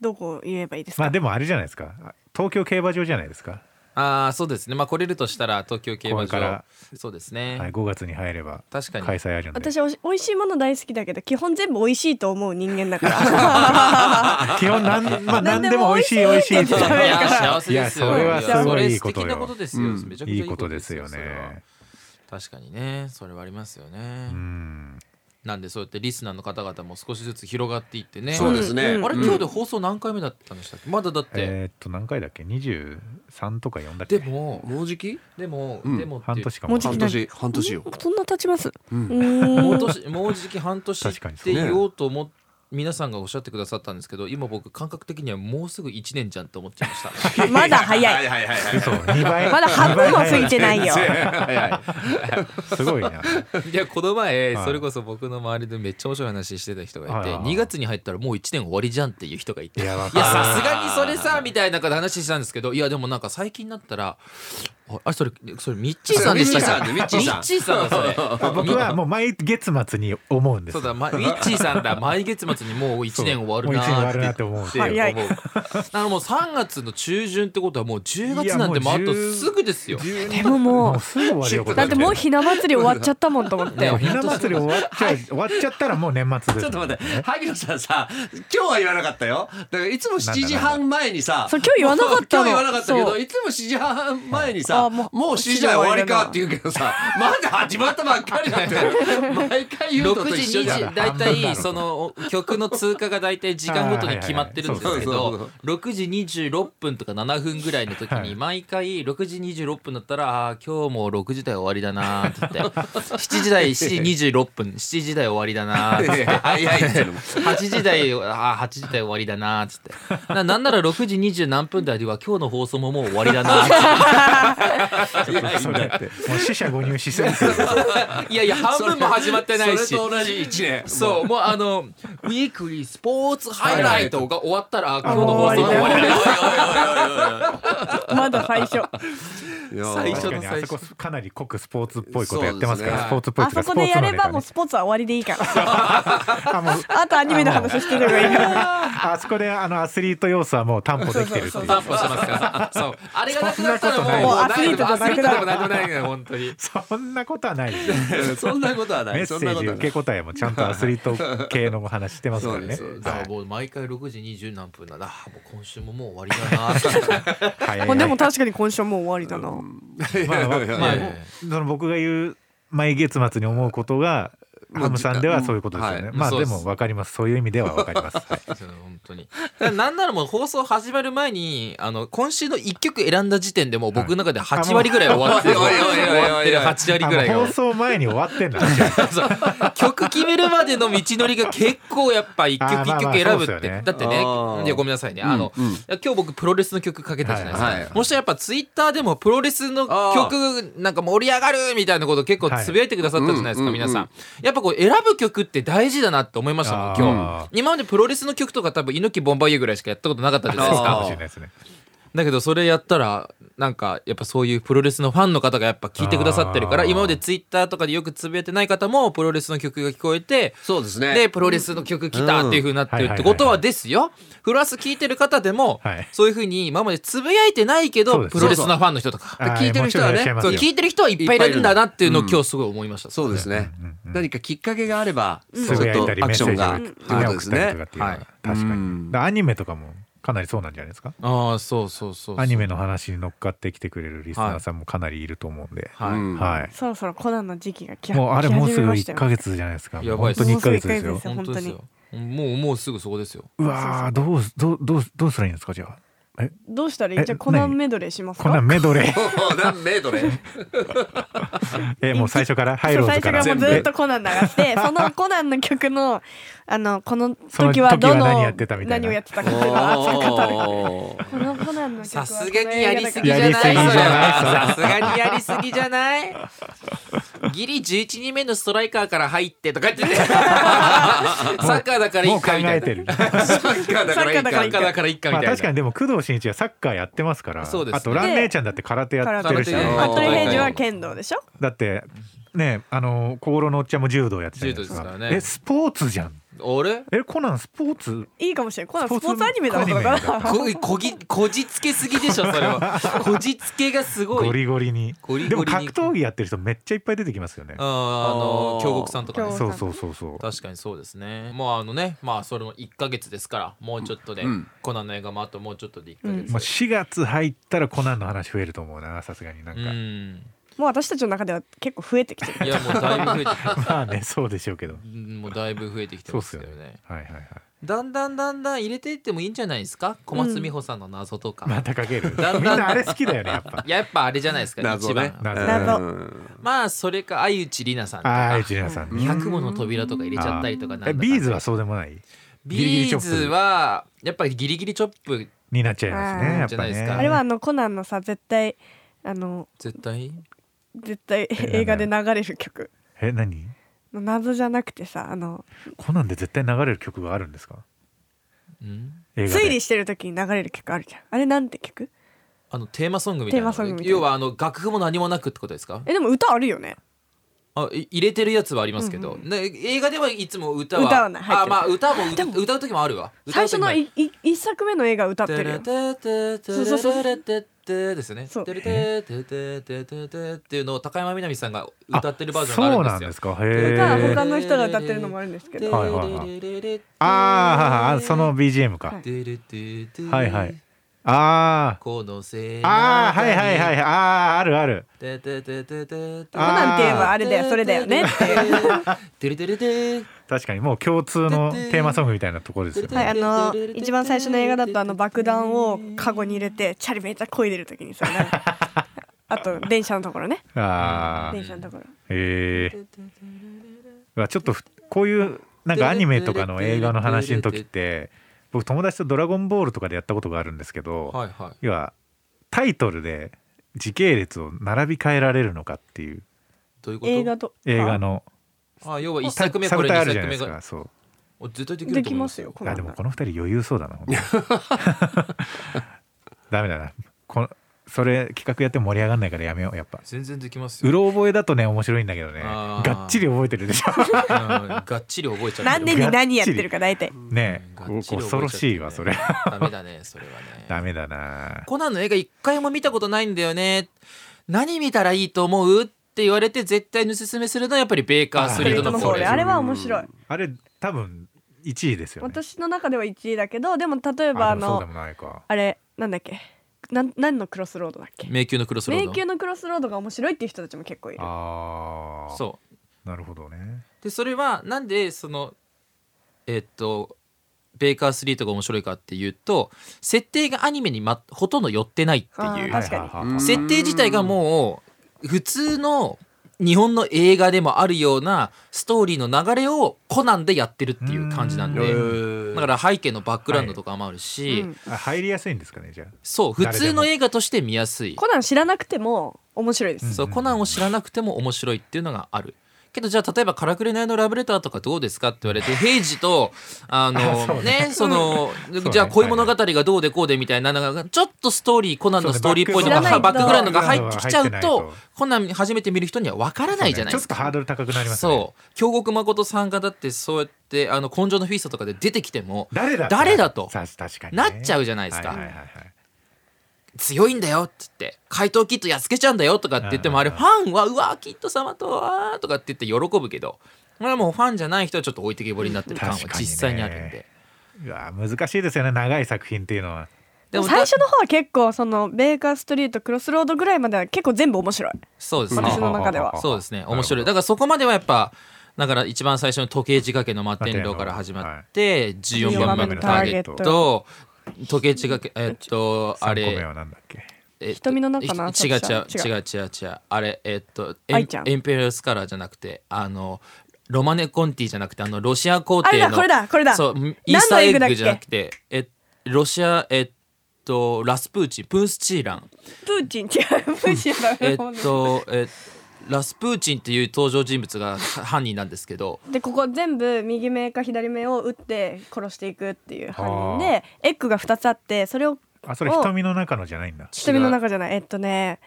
[SPEAKER 4] どこ言えばいいです
[SPEAKER 1] ま
[SPEAKER 4] か。
[SPEAKER 1] あでもあれじゃないですかあ東京競馬場じゃないですか
[SPEAKER 3] ああそうですねまあ来れるとしたら東京競馬
[SPEAKER 1] これか
[SPEAKER 3] 場
[SPEAKER 1] ら
[SPEAKER 3] そうですね、
[SPEAKER 1] はい5月に入れば
[SPEAKER 3] 確かに
[SPEAKER 1] 開催あるんで
[SPEAKER 4] 私おい美味しいもの大好きだけど基本全部美味しいと思う人間だから。
[SPEAKER 1] 基本なんまあ何
[SPEAKER 4] 何
[SPEAKER 1] で
[SPEAKER 4] で
[SPEAKER 1] も
[SPEAKER 4] も
[SPEAKER 1] 美
[SPEAKER 4] 美
[SPEAKER 1] 味
[SPEAKER 4] 味
[SPEAKER 1] し
[SPEAKER 4] し
[SPEAKER 1] い美味し
[SPEAKER 4] い
[SPEAKER 1] い
[SPEAKER 4] って言って
[SPEAKER 1] と
[SPEAKER 4] た
[SPEAKER 3] い
[SPEAKER 4] ら
[SPEAKER 3] や幸せ
[SPEAKER 1] い
[SPEAKER 3] で
[SPEAKER 1] や
[SPEAKER 3] すよ
[SPEAKER 1] それはすごいいい
[SPEAKER 3] それ素
[SPEAKER 1] こと
[SPEAKER 3] 敵なこと
[SPEAKER 1] よ
[SPEAKER 3] ですよ、
[SPEAKER 2] うん
[SPEAKER 3] めちゃくちゃいいことですよ
[SPEAKER 1] いいことですよね
[SPEAKER 3] それは確かにねそれはありますよね、
[SPEAKER 1] うん
[SPEAKER 3] なんでそうやってリスナーの方々も少しずつ広がっていってね
[SPEAKER 2] そうですね、
[SPEAKER 3] あれ今日で放送何回目だったんでしたっけまだだって、
[SPEAKER 1] えーっと何回だっけ23とか4だっけ
[SPEAKER 3] でも
[SPEAKER 2] もうじき
[SPEAKER 3] でも、
[SPEAKER 2] うん
[SPEAKER 3] でもって
[SPEAKER 1] 半
[SPEAKER 3] いう
[SPEAKER 1] 年かも
[SPEAKER 4] もうじき
[SPEAKER 2] 半年半 年よ、
[SPEAKER 4] そんな経ちます。
[SPEAKER 2] う、
[SPEAKER 4] うん
[SPEAKER 3] もう
[SPEAKER 4] ーん。
[SPEAKER 3] 年もうじき半年っ
[SPEAKER 1] 確かにそ
[SPEAKER 3] て
[SPEAKER 1] う
[SPEAKER 3] 言おうと思っ皆さんがおっしゃってくださったんですけど今僕感覚的にはもうすぐ1年じゃんって思っちゃいました
[SPEAKER 4] まだ早 い。
[SPEAKER 2] はいはいはいはい
[SPEAKER 1] 嘘2倍
[SPEAKER 4] まだ半分も過ぎ てないよ。
[SPEAKER 2] はいはい
[SPEAKER 1] すごいな。
[SPEAKER 3] いやこの前、
[SPEAKER 1] はい
[SPEAKER 3] それこそ僕の周りでめっちゃ面白い話してた人がいて、
[SPEAKER 1] はいはいはい
[SPEAKER 3] 2月に入ったらもう1年終わりじゃんっていう人がいて
[SPEAKER 1] いやわ
[SPEAKER 3] い
[SPEAKER 1] か
[SPEAKER 3] や
[SPEAKER 1] る
[SPEAKER 3] さすがにそれさみたいな中で話したんですけどいやでもなんか最近になったらああそれそれミッチーさんでしたっけ
[SPEAKER 2] ミッチーさん
[SPEAKER 3] ミッチーさんだそれ
[SPEAKER 1] 僕はもう毎月末に思うんです
[SPEAKER 3] そう
[SPEAKER 1] よ。
[SPEAKER 3] だ、ま、ミッチーさんだ毎月末にもう1年終わる
[SPEAKER 1] そうも
[SPEAKER 3] な
[SPEAKER 1] う一年終
[SPEAKER 3] ー
[SPEAKER 1] わ
[SPEAKER 3] って
[SPEAKER 1] るなって思う
[SPEAKER 3] って
[SPEAKER 4] 早い
[SPEAKER 3] 思うだからもう3月の中旬ってことはもう10月なんて
[SPEAKER 1] いやもう
[SPEAKER 3] もうあと
[SPEAKER 1] 10
[SPEAKER 3] すぐですよ
[SPEAKER 4] でもも
[SPEAKER 1] もうすぐ終わるよ。
[SPEAKER 4] う、
[SPEAKER 1] こ
[SPEAKER 4] だっ
[SPEAKER 1] れ
[SPEAKER 4] てもうひな祭り終わっちゃったも んと思って。
[SPEAKER 3] ね
[SPEAKER 1] ひな祭り終わっちゃう、終わっちゃったらもう年末です。
[SPEAKER 2] ちょっと待って、萩野さんさ、今日は言わなかったよ。だからいつも7時半前にさ、
[SPEAKER 4] そう今日言わなかった
[SPEAKER 2] 今日
[SPEAKER 4] の
[SPEAKER 2] 言わなかったけど、
[SPEAKER 4] そう
[SPEAKER 2] いつも7時半前にさ、
[SPEAKER 4] あ
[SPEAKER 2] も
[SPEAKER 4] も
[SPEAKER 2] う
[SPEAKER 4] う
[SPEAKER 2] 7時台終わりかって言うけどさ、まだ始まったばっかりだって。毎回言うのと
[SPEAKER 3] 6
[SPEAKER 2] 一
[SPEAKER 3] 時
[SPEAKER 2] 緒じゃ
[SPEAKER 3] 2
[SPEAKER 2] ん。
[SPEAKER 3] 時だいたいその曲の通過がだいたい時間ごとに決まってるんですけ
[SPEAKER 2] はいはいはいそう
[SPEAKER 3] ど6時26分とか7分ぐらいの時
[SPEAKER 1] は
[SPEAKER 3] に
[SPEAKER 1] い
[SPEAKER 3] 毎回6時26分だったらあー今日も6時台終わりだなーって言って7時 台7時26分7時台終わりだなーって言って
[SPEAKER 2] 早いって いうのも。
[SPEAKER 3] 8時台あ8時台終わりだなーっつってななんなら6時20何分台では今日の放送ももう終わりだな ーっ
[SPEAKER 2] 早いんだって。
[SPEAKER 1] もう死者誤入しすぎてる。
[SPEAKER 3] つっていやいや半分も始まってないし
[SPEAKER 2] それと同じ1年。。
[SPEAKER 3] そううもうあのウィークリースポーツハイライトが終わったらあ今日の放送
[SPEAKER 1] も
[SPEAKER 3] も
[SPEAKER 1] う終
[SPEAKER 3] 終わ
[SPEAKER 1] わ
[SPEAKER 3] り
[SPEAKER 1] り
[SPEAKER 3] だな
[SPEAKER 4] まだ最初。
[SPEAKER 2] 最
[SPEAKER 3] 最
[SPEAKER 1] 確か
[SPEAKER 3] 初の
[SPEAKER 1] にあ
[SPEAKER 3] 最
[SPEAKER 1] そ
[SPEAKER 3] 初
[SPEAKER 1] こかなり濃くスポーツっぽいことやってますか
[SPEAKER 2] そう
[SPEAKER 1] ら、スポー
[SPEAKER 2] ですね
[SPEAKER 1] ツっぽい
[SPEAKER 4] あ
[SPEAKER 1] というか
[SPEAKER 4] そ
[SPEAKER 1] スポ
[SPEAKER 4] こ
[SPEAKER 1] ーツ
[SPEAKER 4] でや
[SPEAKER 1] の
[SPEAKER 4] れ
[SPEAKER 1] ネタ
[SPEAKER 4] ばも
[SPEAKER 1] ね
[SPEAKER 4] う。スポーツは終わりでいいから。
[SPEAKER 1] あもう
[SPEAKER 4] あとアニメの話してればいいから。
[SPEAKER 1] あそこであのアスリート要素はもう担保できてるっていう。
[SPEAKER 3] 担保してます からそうあれがなくなったらもう
[SPEAKER 1] そんなことない
[SPEAKER 3] もうないの
[SPEAKER 4] もうアスリートじゃなくなる
[SPEAKER 3] アスリートでもなんでもないのよ本当に
[SPEAKER 1] そんなことはないですよ。
[SPEAKER 2] そんなことはな
[SPEAKER 1] メッ
[SPEAKER 2] い。
[SPEAKER 1] セ
[SPEAKER 2] そんな
[SPEAKER 1] ー
[SPEAKER 2] こ
[SPEAKER 1] ジ
[SPEAKER 2] とは
[SPEAKER 1] 受
[SPEAKER 2] ない
[SPEAKER 1] け。答えもちゃんとアスリート系のお話してますから
[SPEAKER 2] そうで
[SPEAKER 1] ね
[SPEAKER 2] すそうで。
[SPEAKER 3] だからもう毎回6時20何分だなあもう今週ももう終わりだなーって
[SPEAKER 1] はい
[SPEAKER 4] でも確かに今週はもう終わりだな。
[SPEAKER 1] まあまあまあその僕が言う毎月末に思うことが
[SPEAKER 2] もう
[SPEAKER 1] ハムさんではそういうことですよ
[SPEAKER 2] は
[SPEAKER 1] ね。
[SPEAKER 2] い
[SPEAKER 1] まあ
[SPEAKER 3] そう
[SPEAKER 1] で
[SPEAKER 3] です
[SPEAKER 1] も分かります。そういう意味では分かり ます。はい
[SPEAKER 3] その本当にだから なんならもう放送始まる前にあの今週の1曲選んだ時点でもう僕の中で8割ぐらい終わってる
[SPEAKER 2] あもう
[SPEAKER 3] 終わってる
[SPEAKER 2] おいおいおいおいおい
[SPEAKER 3] 8割ぐらい
[SPEAKER 1] あの
[SPEAKER 3] が
[SPEAKER 1] 放送前に終わってんだ。
[SPEAKER 3] そう曲決めるまでの道のりが結構やっぱ一曲
[SPEAKER 1] あーまあ
[SPEAKER 3] 一
[SPEAKER 1] まあ
[SPEAKER 3] 曲選ぶ
[SPEAKER 1] そう
[SPEAKER 3] っ
[SPEAKER 1] です
[SPEAKER 3] て、
[SPEAKER 1] よね
[SPEAKER 3] だって
[SPEAKER 2] あ
[SPEAKER 3] ね
[SPEAKER 2] ー
[SPEAKER 3] いやごめんなさいねあの、
[SPEAKER 2] うんうん
[SPEAKER 3] いや今日僕プロレスの曲かけたじゃないですか、
[SPEAKER 2] はいはい
[SPEAKER 3] もしたらやっぱツイッターでもプロレスの曲なんか盛り上がるみたいなこと結構つぶやいてくださったじゃないですか、
[SPEAKER 2] はい
[SPEAKER 3] 皆
[SPEAKER 2] うんう
[SPEAKER 3] さ
[SPEAKER 2] ん
[SPEAKER 3] ん、やっぱこう選ぶ曲って大事だなって思いましたもん今
[SPEAKER 1] あー
[SPEAKER 3] 日今までプロレスの曲とか多分猪木ボンバイユぐらいしかやったことなかったじゃないです
[SPEAKER 1] か
[SPEAKER 3] か
[SPEAKER 1] もしれないですね。
[SPEAKER 3] だけどそれやったらなんかやっぱそういうプロレスのファンの方がやっぱ聞いてくださってるから
[SPEAKER 1] あー
[SPEAKER 3] 今までツイッターとかでよくつぶやいてない方もプロレスの曲が聞こえて
[SPEAKER 2] そうですね。
[SPEAKER 3] でプロレスの曲来たっていう風になってるってことはですよプロレス聞いてる方でも
[SPEAKER 1] はい
[SPEAKER 3] そういう風に今までつぶやいてないけ
[SPEAKER 1] そう
[SPEAKER 3] ど
[SPEAKER 1] です
[SPEAKER 3] プロレスのファンの人と
[SPEAKER 1] そ
[SPEAKER 3] か
[SPEAKER 1] うそう
[SPEAKER 3] 聞いてる人はね
[SPEAKER 1] あーもちろんいらっしゃいます
[SPEAKER 3] そ
[SPEAKER 1] よ
[SPEAKER 3] う聞いてる人はいっぱいいるんだなっていうのを今日すごい思いました。
[SPEAKER 2] そうですね
[SPEAKER 1] うんうんう。ん
[SPEAKER 2] 何かきっかけがあれば、ちょ
[SPEAKER 1] つ
[SPEAKER 2] っ
[SPEAKER 1] ぶやい
[SPEAKER 2] と
[SPEAKER 1] たり
[SPEAKER 2] ア
[SPEAKER 1] メ
[SPEAKER 2] ク
[SPEAKER 1] ッ
[SPEAKER 2] シ
[SPEAKER 1] セ
[SPEAKER 2] ョ
[SPEAKER 1] ー
[SPEAKER 2] ン
[SPEAKER 1] ジ
[SPEAKER 2] が
[SPEAKER 1] を
[SPEAKER 2] あ
[SPEAKER 1] ね
[SPEAKER 2] るん
[SPEAKER 1] 送
[SPEAKER 2] で
[SPEAKER 1] っ
[SPEAKER 2] す
[SPEAKER 1] たり
[SPEAKER 2] ね
[SPEAKER 1] とかっ。ていうのは
[SPEAKER 3] はい
[SPEAKER 1] 確か
[SPEAKER 2] う
[SPEAKER 1] に。
[SPEAKER 2] ん
[SPEAKER 1] だからアニメとかもかなりそうなんじゃないですか。
[SPEAKER 3] ああそうそうそうそう
[SPEAKER 1] アニメの話に乗っかってきてくれるリスナーさんもかなりいると思うんで。
[SPEAKER 3] はい
[SPEAKER 2] うん
[SPEAKER 1] は
[SPEAKER 4] そろそろコナンの時期が来
[SPEAKER 1] い。
[SPEAKER 4] 始
[SPEAKER 1] もうあれもうす
[SPEAKER 4] め
[SPEAKER 1] ぐ
[SPEAKER 4] ました
[SPEAKER 1] 1
[SPEAKER 4] よ
[SPEAKER 1] ヶ月じゃないですか。
[SPEAKER 3] やば
[SPEAKER 1] 本
[SPEAKER 3] いっす
[SPEAKER 1] 当に1ヶ月です
[SPEAKER 4] もう
[SPEAKER 1] よ
[SPEAKER 4] す。ぐ一ヶ月
[SPEAKER 3] 本当ですよもうもうすぐそこですよ。
[SPEAKER 1] うわあどうどうどうどうすりゃいいんですかじゃあ。
[SPEAKER 4] どうしたらいい
[SPEAKER 1] え
[SPEAKER 4] じゃあコナン
[SPEAKER 1] 何
[SPEAKER 4] メドレーします
[SPEAKER 1] こんな
[SPEAKER 4] か。
[SPEAKER 1] メドレー。
[SPEAKER 2] 何メートル
[SPEAKER 1] えもう最初からハイ
[SPEAKER 4] そ
[SPEAKER 1] ロ
[SPEAKER 4] う
[SPEAKER 1] ー
[SPEAKER 4] 最
[SPEAKER 1] ズか
[SPEAKER 4] 初かららもうずっとコナン流して、そのコナンの曲のあのこの時はど
[SPEAKER 1] その時
[SPEAKER 4] の
[SPEAKER 1] は何やってたみたいな
[SPEAKER 4] 何をやってたかっていうの を熱く語る。
[SPEAKER 2] おー
[SPEAKER 4] このコナンの曲
[SPEAKER 3] さ
[SPEAKER 4] は
[SPEAKER 3] すがにやりすぎじゃ
[SPEAKER 1] や
[SPEAKER 3] ない
[SPEAKER 1] りすぎじゃない
[SPEAKER 3] それはさすがにやりすぎじゃないギリ11人目のストライカーから入ってとか言って ねサッカーだからい
[SPEAKER 1] も
[SPEAKER 3] いう
[SPEAKER 1] 考
[SPEAKER 3] かみたい
[SPEAKER 1] え
[SPEAKER 3] な
[SPEAKER 1] てる。
[SPEAKER 2] サッカーだからいい
[SPEAKER 4] サッカーだか
[SPEAKER 2] か
[SPEAKER 4] らい
[SPEAKER 3] サ
[SPEAKER 4] い
[SPEAKER 3] ッカーだからいいかみ
[SPEAKER 1] ま
[SPEAKER 3] た
[SPEAKER 1] あ
[SPEAKER 3] いな、
[SPEAKER 1] 確かにでも工藤新一はサッカーやってますから
[SPEAKER 3] そうですね
[SPEAKER 1] あと蘭姉ちゃんだって空手やってるし
[SPEAKER 3] で
[SPEAKER 4] あ
[SPEAKER 3] 空
[SPEAKER 4] と
[SPEAKER 3] 手
[SPEAKER 4] 平次は剣道でしょ。
[SPEAKER 1] だってねあの香炉のおっちゃんも柔道やってたじゃないですか
[SPEAKER 3] 柔道ですからね
[SPEAKER 1] えスポーツじゃん
[SPEAKER 3] あれ
[SPEAKER 1] えコナンスポーツ
[SPEAKER 4] いいかもしれない。コナン
[SPEAKER 1] スポー
[SPEAKER 4] ス
[SPEAKER 1] ツ
[SPEAKER 4] ポーツアニメだったの
[SPEAKER 1] ア
[SPEAKER 4] かな。
[SPEAKER 3] ここぎこじつけすぎでしょそれ はこじつけがすごい
[SPEAKER 1] ゴリゴリに
[SPEAKER 3] ゴリゴリに
[SPEAKER 1] でも格闘技やってる人めっちゃいっぱい出てきますよね
[SPEAKER 3] あーあの京極さんとかね
[SPEAKER 4] 京
[SPEAKER 1] そうそうそうそう
[SPEAKER 3] 確かにそうですねもうあのねまあそれも1か月ですからもうちょっとで、
[SPEAKER 2] うん
[SPEAKER 3] コナンの映画もあともうちょっとで1か月、
[SPEAKER 1] もう4月入ったらコナンの話増えると思うなさすがになんか
[SPEAKER 3] うん
[SPEAKER 4] もう私たちの中では結構増えてきて
[SPEAKER 3] い
[SPEAKER 4] る
[SPEAKER 3] やもうだいぶ増えてきて
[SPEAKER 1] まあねそうでしょうけど
[SPEAKER 3] うんもうだいぶ増えてきて
[SPEAKER 1] そう
[SPEAKER 3] ま
[SPEAKER 1] っ
[SPEAKER 3] す
[SPEAKER 1] すよ
[SPEAKER 3] け
[SPEAKER 1] ね
[SPEAKER 3] どね
[SPEAKER 1] はいはいはい
[SPEAKER 3] だんだんだんだん入れていってもいいんじゃないですか小松美穂さんの謎とか、
[SPEAKER 1] またかけるみん
[SPEAKER 3] だんだん
[SPEAKER 1] なあれ好きだよねやっぱ
[SPEAKER 3] いややっぱあれじゃないですか、
[SPEAKER 2] 謎
[SPEAKER 3] 一
[SPEAKER 2] ね
[SPEAKER 3] 番
[SPEAKER 1] 謎
[SPEAKER 2] うん
[SPEAKER 3] まあそれか相内里奈さんと
[SPEAKER 1] ああ
[SPEAKER 3] か
[SPEAKER 1] エチリナさんに
[SPEAKER 3] 100もの扉とか入れちゃったりとかなんだか
[SPEAKER 1] えビーズはそうでもないギリギ
[SPEAKER 3] ビ
[SPEAKER 1] リチ
[SPEAKER 3] ー
[SPEAKER 1] ョップ
[SPEAKER 3] ズはやっぱりギリギリチョップ
[SPEAKER 1] になっちゃいますねやっ
[SPEAKER 3] じゃな
[SPEAKER 1] ぱ
[SPEAKER 3] いです
[SPEAKER 1] ね
[SPEAKER 3] か
[SPEAKER 4] あれはあのコナンのさ絶対あの
[SPEAKER 3] 絶対
[SPEAKER 4] 絶対映画で流れる曲
[SPEAKER 1] え何
[SPEAKER 4] の謎じゃなくてさあの
[SPEAKER 1] コナンで絶対流れる曲があるんですか
[SPEAKER 3] うん
[SPEAKER 1] 映画で
[SPEAKER 4] 推理してる時に流れる曲あるじゃんあれなんて曲
[SPEAKER 3] あのテーマソングみたいなの
[SPEAKER 4] テーマソングみたいな
[SPEAKER 3] 要はあの楽譜も何もなくってことですか
[SPEAKER 4] えでも歌あるよね
[SPEAKER 3] あい入れてるやつはありますけど、ね映画ではいつも歌は
[SPEAKER 4] 歌はない入って
[SPEAKER 3] あ
[SPEAKER 4] る
[SPEAKER 3] まあ歌も歌歌う時もあるわ
[SPEAKER 4] 最初の
[SPEAKER 3] 歌う時も
[SPEAKER 4] いい一作目の映画歌
[SPEAKER 3] あ
[SPEAKER 4] ってるよ
[SPEAKER 3] る
[SPEAKER 4] そうそうそう
[SPEAKER 3] ですよね。
[SPEAKER 4] そう
[SPEAKER 3] てれててててててっていうのを高山みなみさんが
[SPEAKER 1] あ
[SPEAKER 3] 歌ってるバージョン
[SPEAKER 1] そう
[SPEAKER 3] があ
[SPEAKER 1] な
[SPEAKER 3] るん
[SPEAKER 1] ん
[SPEAKER 3] で
[SPEAKER 1] です
[SPEAKER 3] すよ。
[SPEAKER 1] か
[SPEAKER 4] が
[SPEAKER 1] へえ
[SPEAKER 4] 他の人が歌ってるのもあるんですけど
[SPEAKER 1] はいはいはいあーあその BGM か、
[SPEAKER 4] はい
[SPEAKER 1] は
[SPEAKER 3] はい
[SPEAKER 1] はい。あ
[SPEAKER 3] このせい
[SPEAKER 1] あああはいはいはい
[SPEAKER 3] い。
[SPEAKER 1] はいあああるある
[SPEAKER 3] てててててて
[SPEAKER 4] コナンって言えばあれだよそれだよねっていう
[SPEAKER 3] てれてれて
[SPEAKER 1] 確かにもう共通のテーマソングみたいなところですよね
[SPEAKER 4] はい、あの一番最初の映画だとあの爆弾をカゴに入れてチャリめっちゃ漕いでる時にさ なんかあと電車のところね
[SPEAKER 1] ああ
[SPEAKER 4] 電車のところ
[SPEAKER 1] へえうわちょっとふこういうなんかアニメとかの映画の話の時って僕友達と「ドラゴンボール」とかでやったことがあるんですけど、
[SPEAKER 3] はいはい。
[SPEAKER 1] 要はタイトルで時系列を並び替えられるのかっていう
[SPEAKER 3] どういうこと
[SPEAKER 4] 映画と
[SPEAKER 1] 映画の
[SPEAKER 3] あ要は一
[SPEAKER 1] タ
[SPEAKER 3] 作目
[SPEAKER 1] サ
[SPEAKER 3] こ
[SPEAKER 1] ブ
[SPEAKER 3] れ
[SPEAKER 1] タイ
[SPEAKER 3] 二
[SPEAKER 1] あるじゃ
[SPEAKER 3] 作
[SPEAKER 1] ないで
[SPEAKER 3] 目
[SPEAKER 1] すか
[SPEAKER 3] が
[SPEAKER 1] そう
[SPEAKER 3] お絶対できる
[SPEAKER 4] で
[SPEAKER 3] と
[SPEAKER 4] き
[SPEAKER 3] 思いま
[SPEAKER 4] ますす
[SPEAKER 3] よ
[SPEAKER 4] よ。こん
[SPEAKER 1] あ
[SPEAKER 4] な
[SPEAKER 1] で
[SPEAKER 4] の
[SPEAKER 1] もこの二人余裕そうだ な本当にダメだなこのそれ企画やっても盛り上がんないからやめようやっぱ
[SPEAKER 3] 全然できます
[SPEAKER 1] う
[SPEAKER 3] よ。
[SPEAKER 1] ろ覚えだとね面白いんだけどね
[SPEAKER 3] あ
[SPEAKER 1] が
[SPEAKER 3] ー
[SPEAKER 1] っちり覚えてるでしょ
[SPEAKER 3] うんがっちり覚えちゃう。
[SPEAKER 4] 何年に何やってるか大体
[SPEAKER 1] ねえ
[SPEAKER 3] が
[SPEAKER 1] こ
[SPEAKER 3] っちり覚えちゃって
[SPEAKER 1] 恐
[SPEAKER 3] ね
[SPEAKER 1] ろしいわそれ
[SPEAKER 3] ダメだねそれはね。
[SPEAKER 1] ダメだな
[SPEAKER 3] コナンの映画一回も見たことないんだよね何見たらいいと思うって言われて絶対に勧めするのはやっぱりベーカーストリー
[SPEAKER 4] ー
[SPEAKER 3] ト
[SPEAKER 4] ト
[SPEAKER 3] の
[SPEAKER 4] の
[SPEAKER 3] 方
[SPEAKER 4] 方
[SPEAKER 3] で
[SPEAKER 4] であれは面白い
[SPEAKER 1] あれ多分1位ですよね
[SPEAKER 4] 私の中では1位だけどでも例えば
[SPEAKER 1] あ
[SPEAKER 4] あ
[SPEAKER 1] でもそうで
[SPEAKER 4] の
[SPEAKER 1] もないか
[SPEAKER 4] あれなんだっけなん何のクロスロードだっけ
[SPEAKER 3] 迷宮のクロスロ
[SPEAKER 4] 迷
[SPEAKER 3] ー
[SPEAKER 4] 宮のクロスロードが面白いっていう人たちも結構いる
[SPEAKER 1] あ
[SPEAKER 3] ド
[SPEAKER 1] あ
[SPEAKER 3] そう
[SPEAKER 1] なるほどね
[SPEAKER 3] うでそれはなんでそのえっとベーカーストリートが面白いかっていうと設定がアニメに、ま、ほとんど寄ってないって
[SPEAKER 4] あ
[SPEAKER 3] い
[SPEAKER 4] ー
[SPEAKER 3] う
[SPEAKER 4] 確かに
[SPEAKER 1] はいはいはいはい
[SPEAKER 3] 設定自体がもう普通の日本の映画でもあるようなストーリーの流れをコナンでやってるっていう感じなん
[SPEAKER 1] う
[SPEAKER 3] で
[SPEAKER 2] うん
[SPEAKER 3] だから背景のバックグラウンドとかもあるし、
[SPEAKER 4] うん
[SPEAKER 1] あ入りやすいんですかねじゃあ
[SPEAKER 3] そう普通の映画として見やすい
[SPEAKER 4] コナン知らなくても面白いです、
[SPEAKER 3] そうコナンを知らなくても面白いっていうのがあるけどじゃあ例えば「カラクレナイのラブレター」とかどうですかって言われて平時と あのねその
[SPEAKER 1] ね
[SPEAKER 3] じゃあ恋物語がどうでこうでみたいななんかちょっとストーリーコナンの
[SPEAKER 1] そうね
[SPEAKER 3] ストーリーっぽいのが
[SPEAKER 4] バック
[SPEAKER 3] バックグラウンドが
[SPEAKER 1] 知らない
[SPEAKER 3] 入
[SPEAKER 1] と
[SPEAKER 3] ってきちゃう
[SPEAKER 1] バックグラウンドが入って
[SPEAKER 3] と
[SPEAKER 1] ない
[SPEAKER 3] コナン初めて見る人には分からないじゃない
[SPEAKER 1] ち
[SPEAKER 3] で
[SPEAKER 1] ょっ
[SPEAKER 3] す
[SPEAKER 1] と
[SPEAKER 3] か。
[SPEAKER 1] ハードル高くなりますね
[SPEAKER 3] そう京極誠さんがだってそうやってあの根性のフィストとかで出てきても
[SPEAKER 1] 誰だ
[SPEAKER 3] 誰だと
[SPEAKER 1] さ確かにね、
[SPEAKER 3] なっちゃうじゃないですか
[SPEAKER 1] はいはいはいはい
[SPEAKER 3] 強いんだよって言って怪盗キットやっつけちゃうんだよとかって言ってもあれ
[SPEAKER 1] うん
[SPEAKER 3] ファンはうわーキット様とはとかって言って喜ぶけどこれはもうファンじゃない人はちょっと置いてけぼりになってる感は
[SPEAKER 1] 確かにね
[SPEAKER 3] 実際にあるんで。
[SPEAKER 1] うわ難しいですよね長い作品っていうのは
[SPEAKER 3] で
[SPEAKER 4] でも
[SPEAKER 3] も
[SPEAKER 4] 最初の方は結構そのベーカーストリートクロスロードぐらいまでは結構全部面白い
[SPEAKER 3] そうです
[SPEAKER 4] 私
[SPEAKER 3] ね
[SPEAKER 4] の中では
[SPEAKER 3] そうですね面白い
[SPEAKER 1] だ
[SPEAKER 3] だからそこまではやっぱだから一番最初の時計仕掛けの摩天楼から始まって14番目のターゲット時計仕掛けえっとあ
[SPEAKER 1] あれ個目
[SPEAKER 3] れ
[SPEAKER 1] はなんだっけ
[SPEAKER 3] えっと
[SPEAKER 4] 瞳の中の暗殺
[SPEAKER 3] 違う違
[SPEAKER 4] 者
[SPEAKER 3] う違う違う違うあれえっとエ
[SPEAKER 4] 愛
[SPEAKER 3] ン
[SPEAKER 4] ちゃん
[SPEAKER 3] エンペラースカラーじゃなくてあのロマネ・コンティじゃなくてあのロシア皇帝
[SPEAKER 4] あれだ
[SPEAKER 3] の
[SPEAKER 4] これだこれだ
[SPEAKER 3] そう
[SPEAKER 4] 何の
[SPEAKER 3] イースターエ
[SPEAKER 4] エッグ
[SPEAKER 3] ッ
[SPEAKER 4] だっ
[SPEAKER 3] グ
[SPEAKER 4] け
[SPEAKER 3] じゃなくてえロシアえっとラスプーチンプースチーラン
[SPEAKER 4] プーチン違うプーチンだ
[SPEAKER 3] えっとえラスプーチンっていう登場人物が犯人なんですけど
[SPEAKER 4] でここ全部右目か左目を打って殺していくっていう犯人でエッグが2つあってそれを
[SPEAKER 1] あそれ
[SPEAKER 4] を
[SPEAKER 1] 瞳の中のじゃないんだ
[SPEAKER 4] 瞳の中じゃないえっとね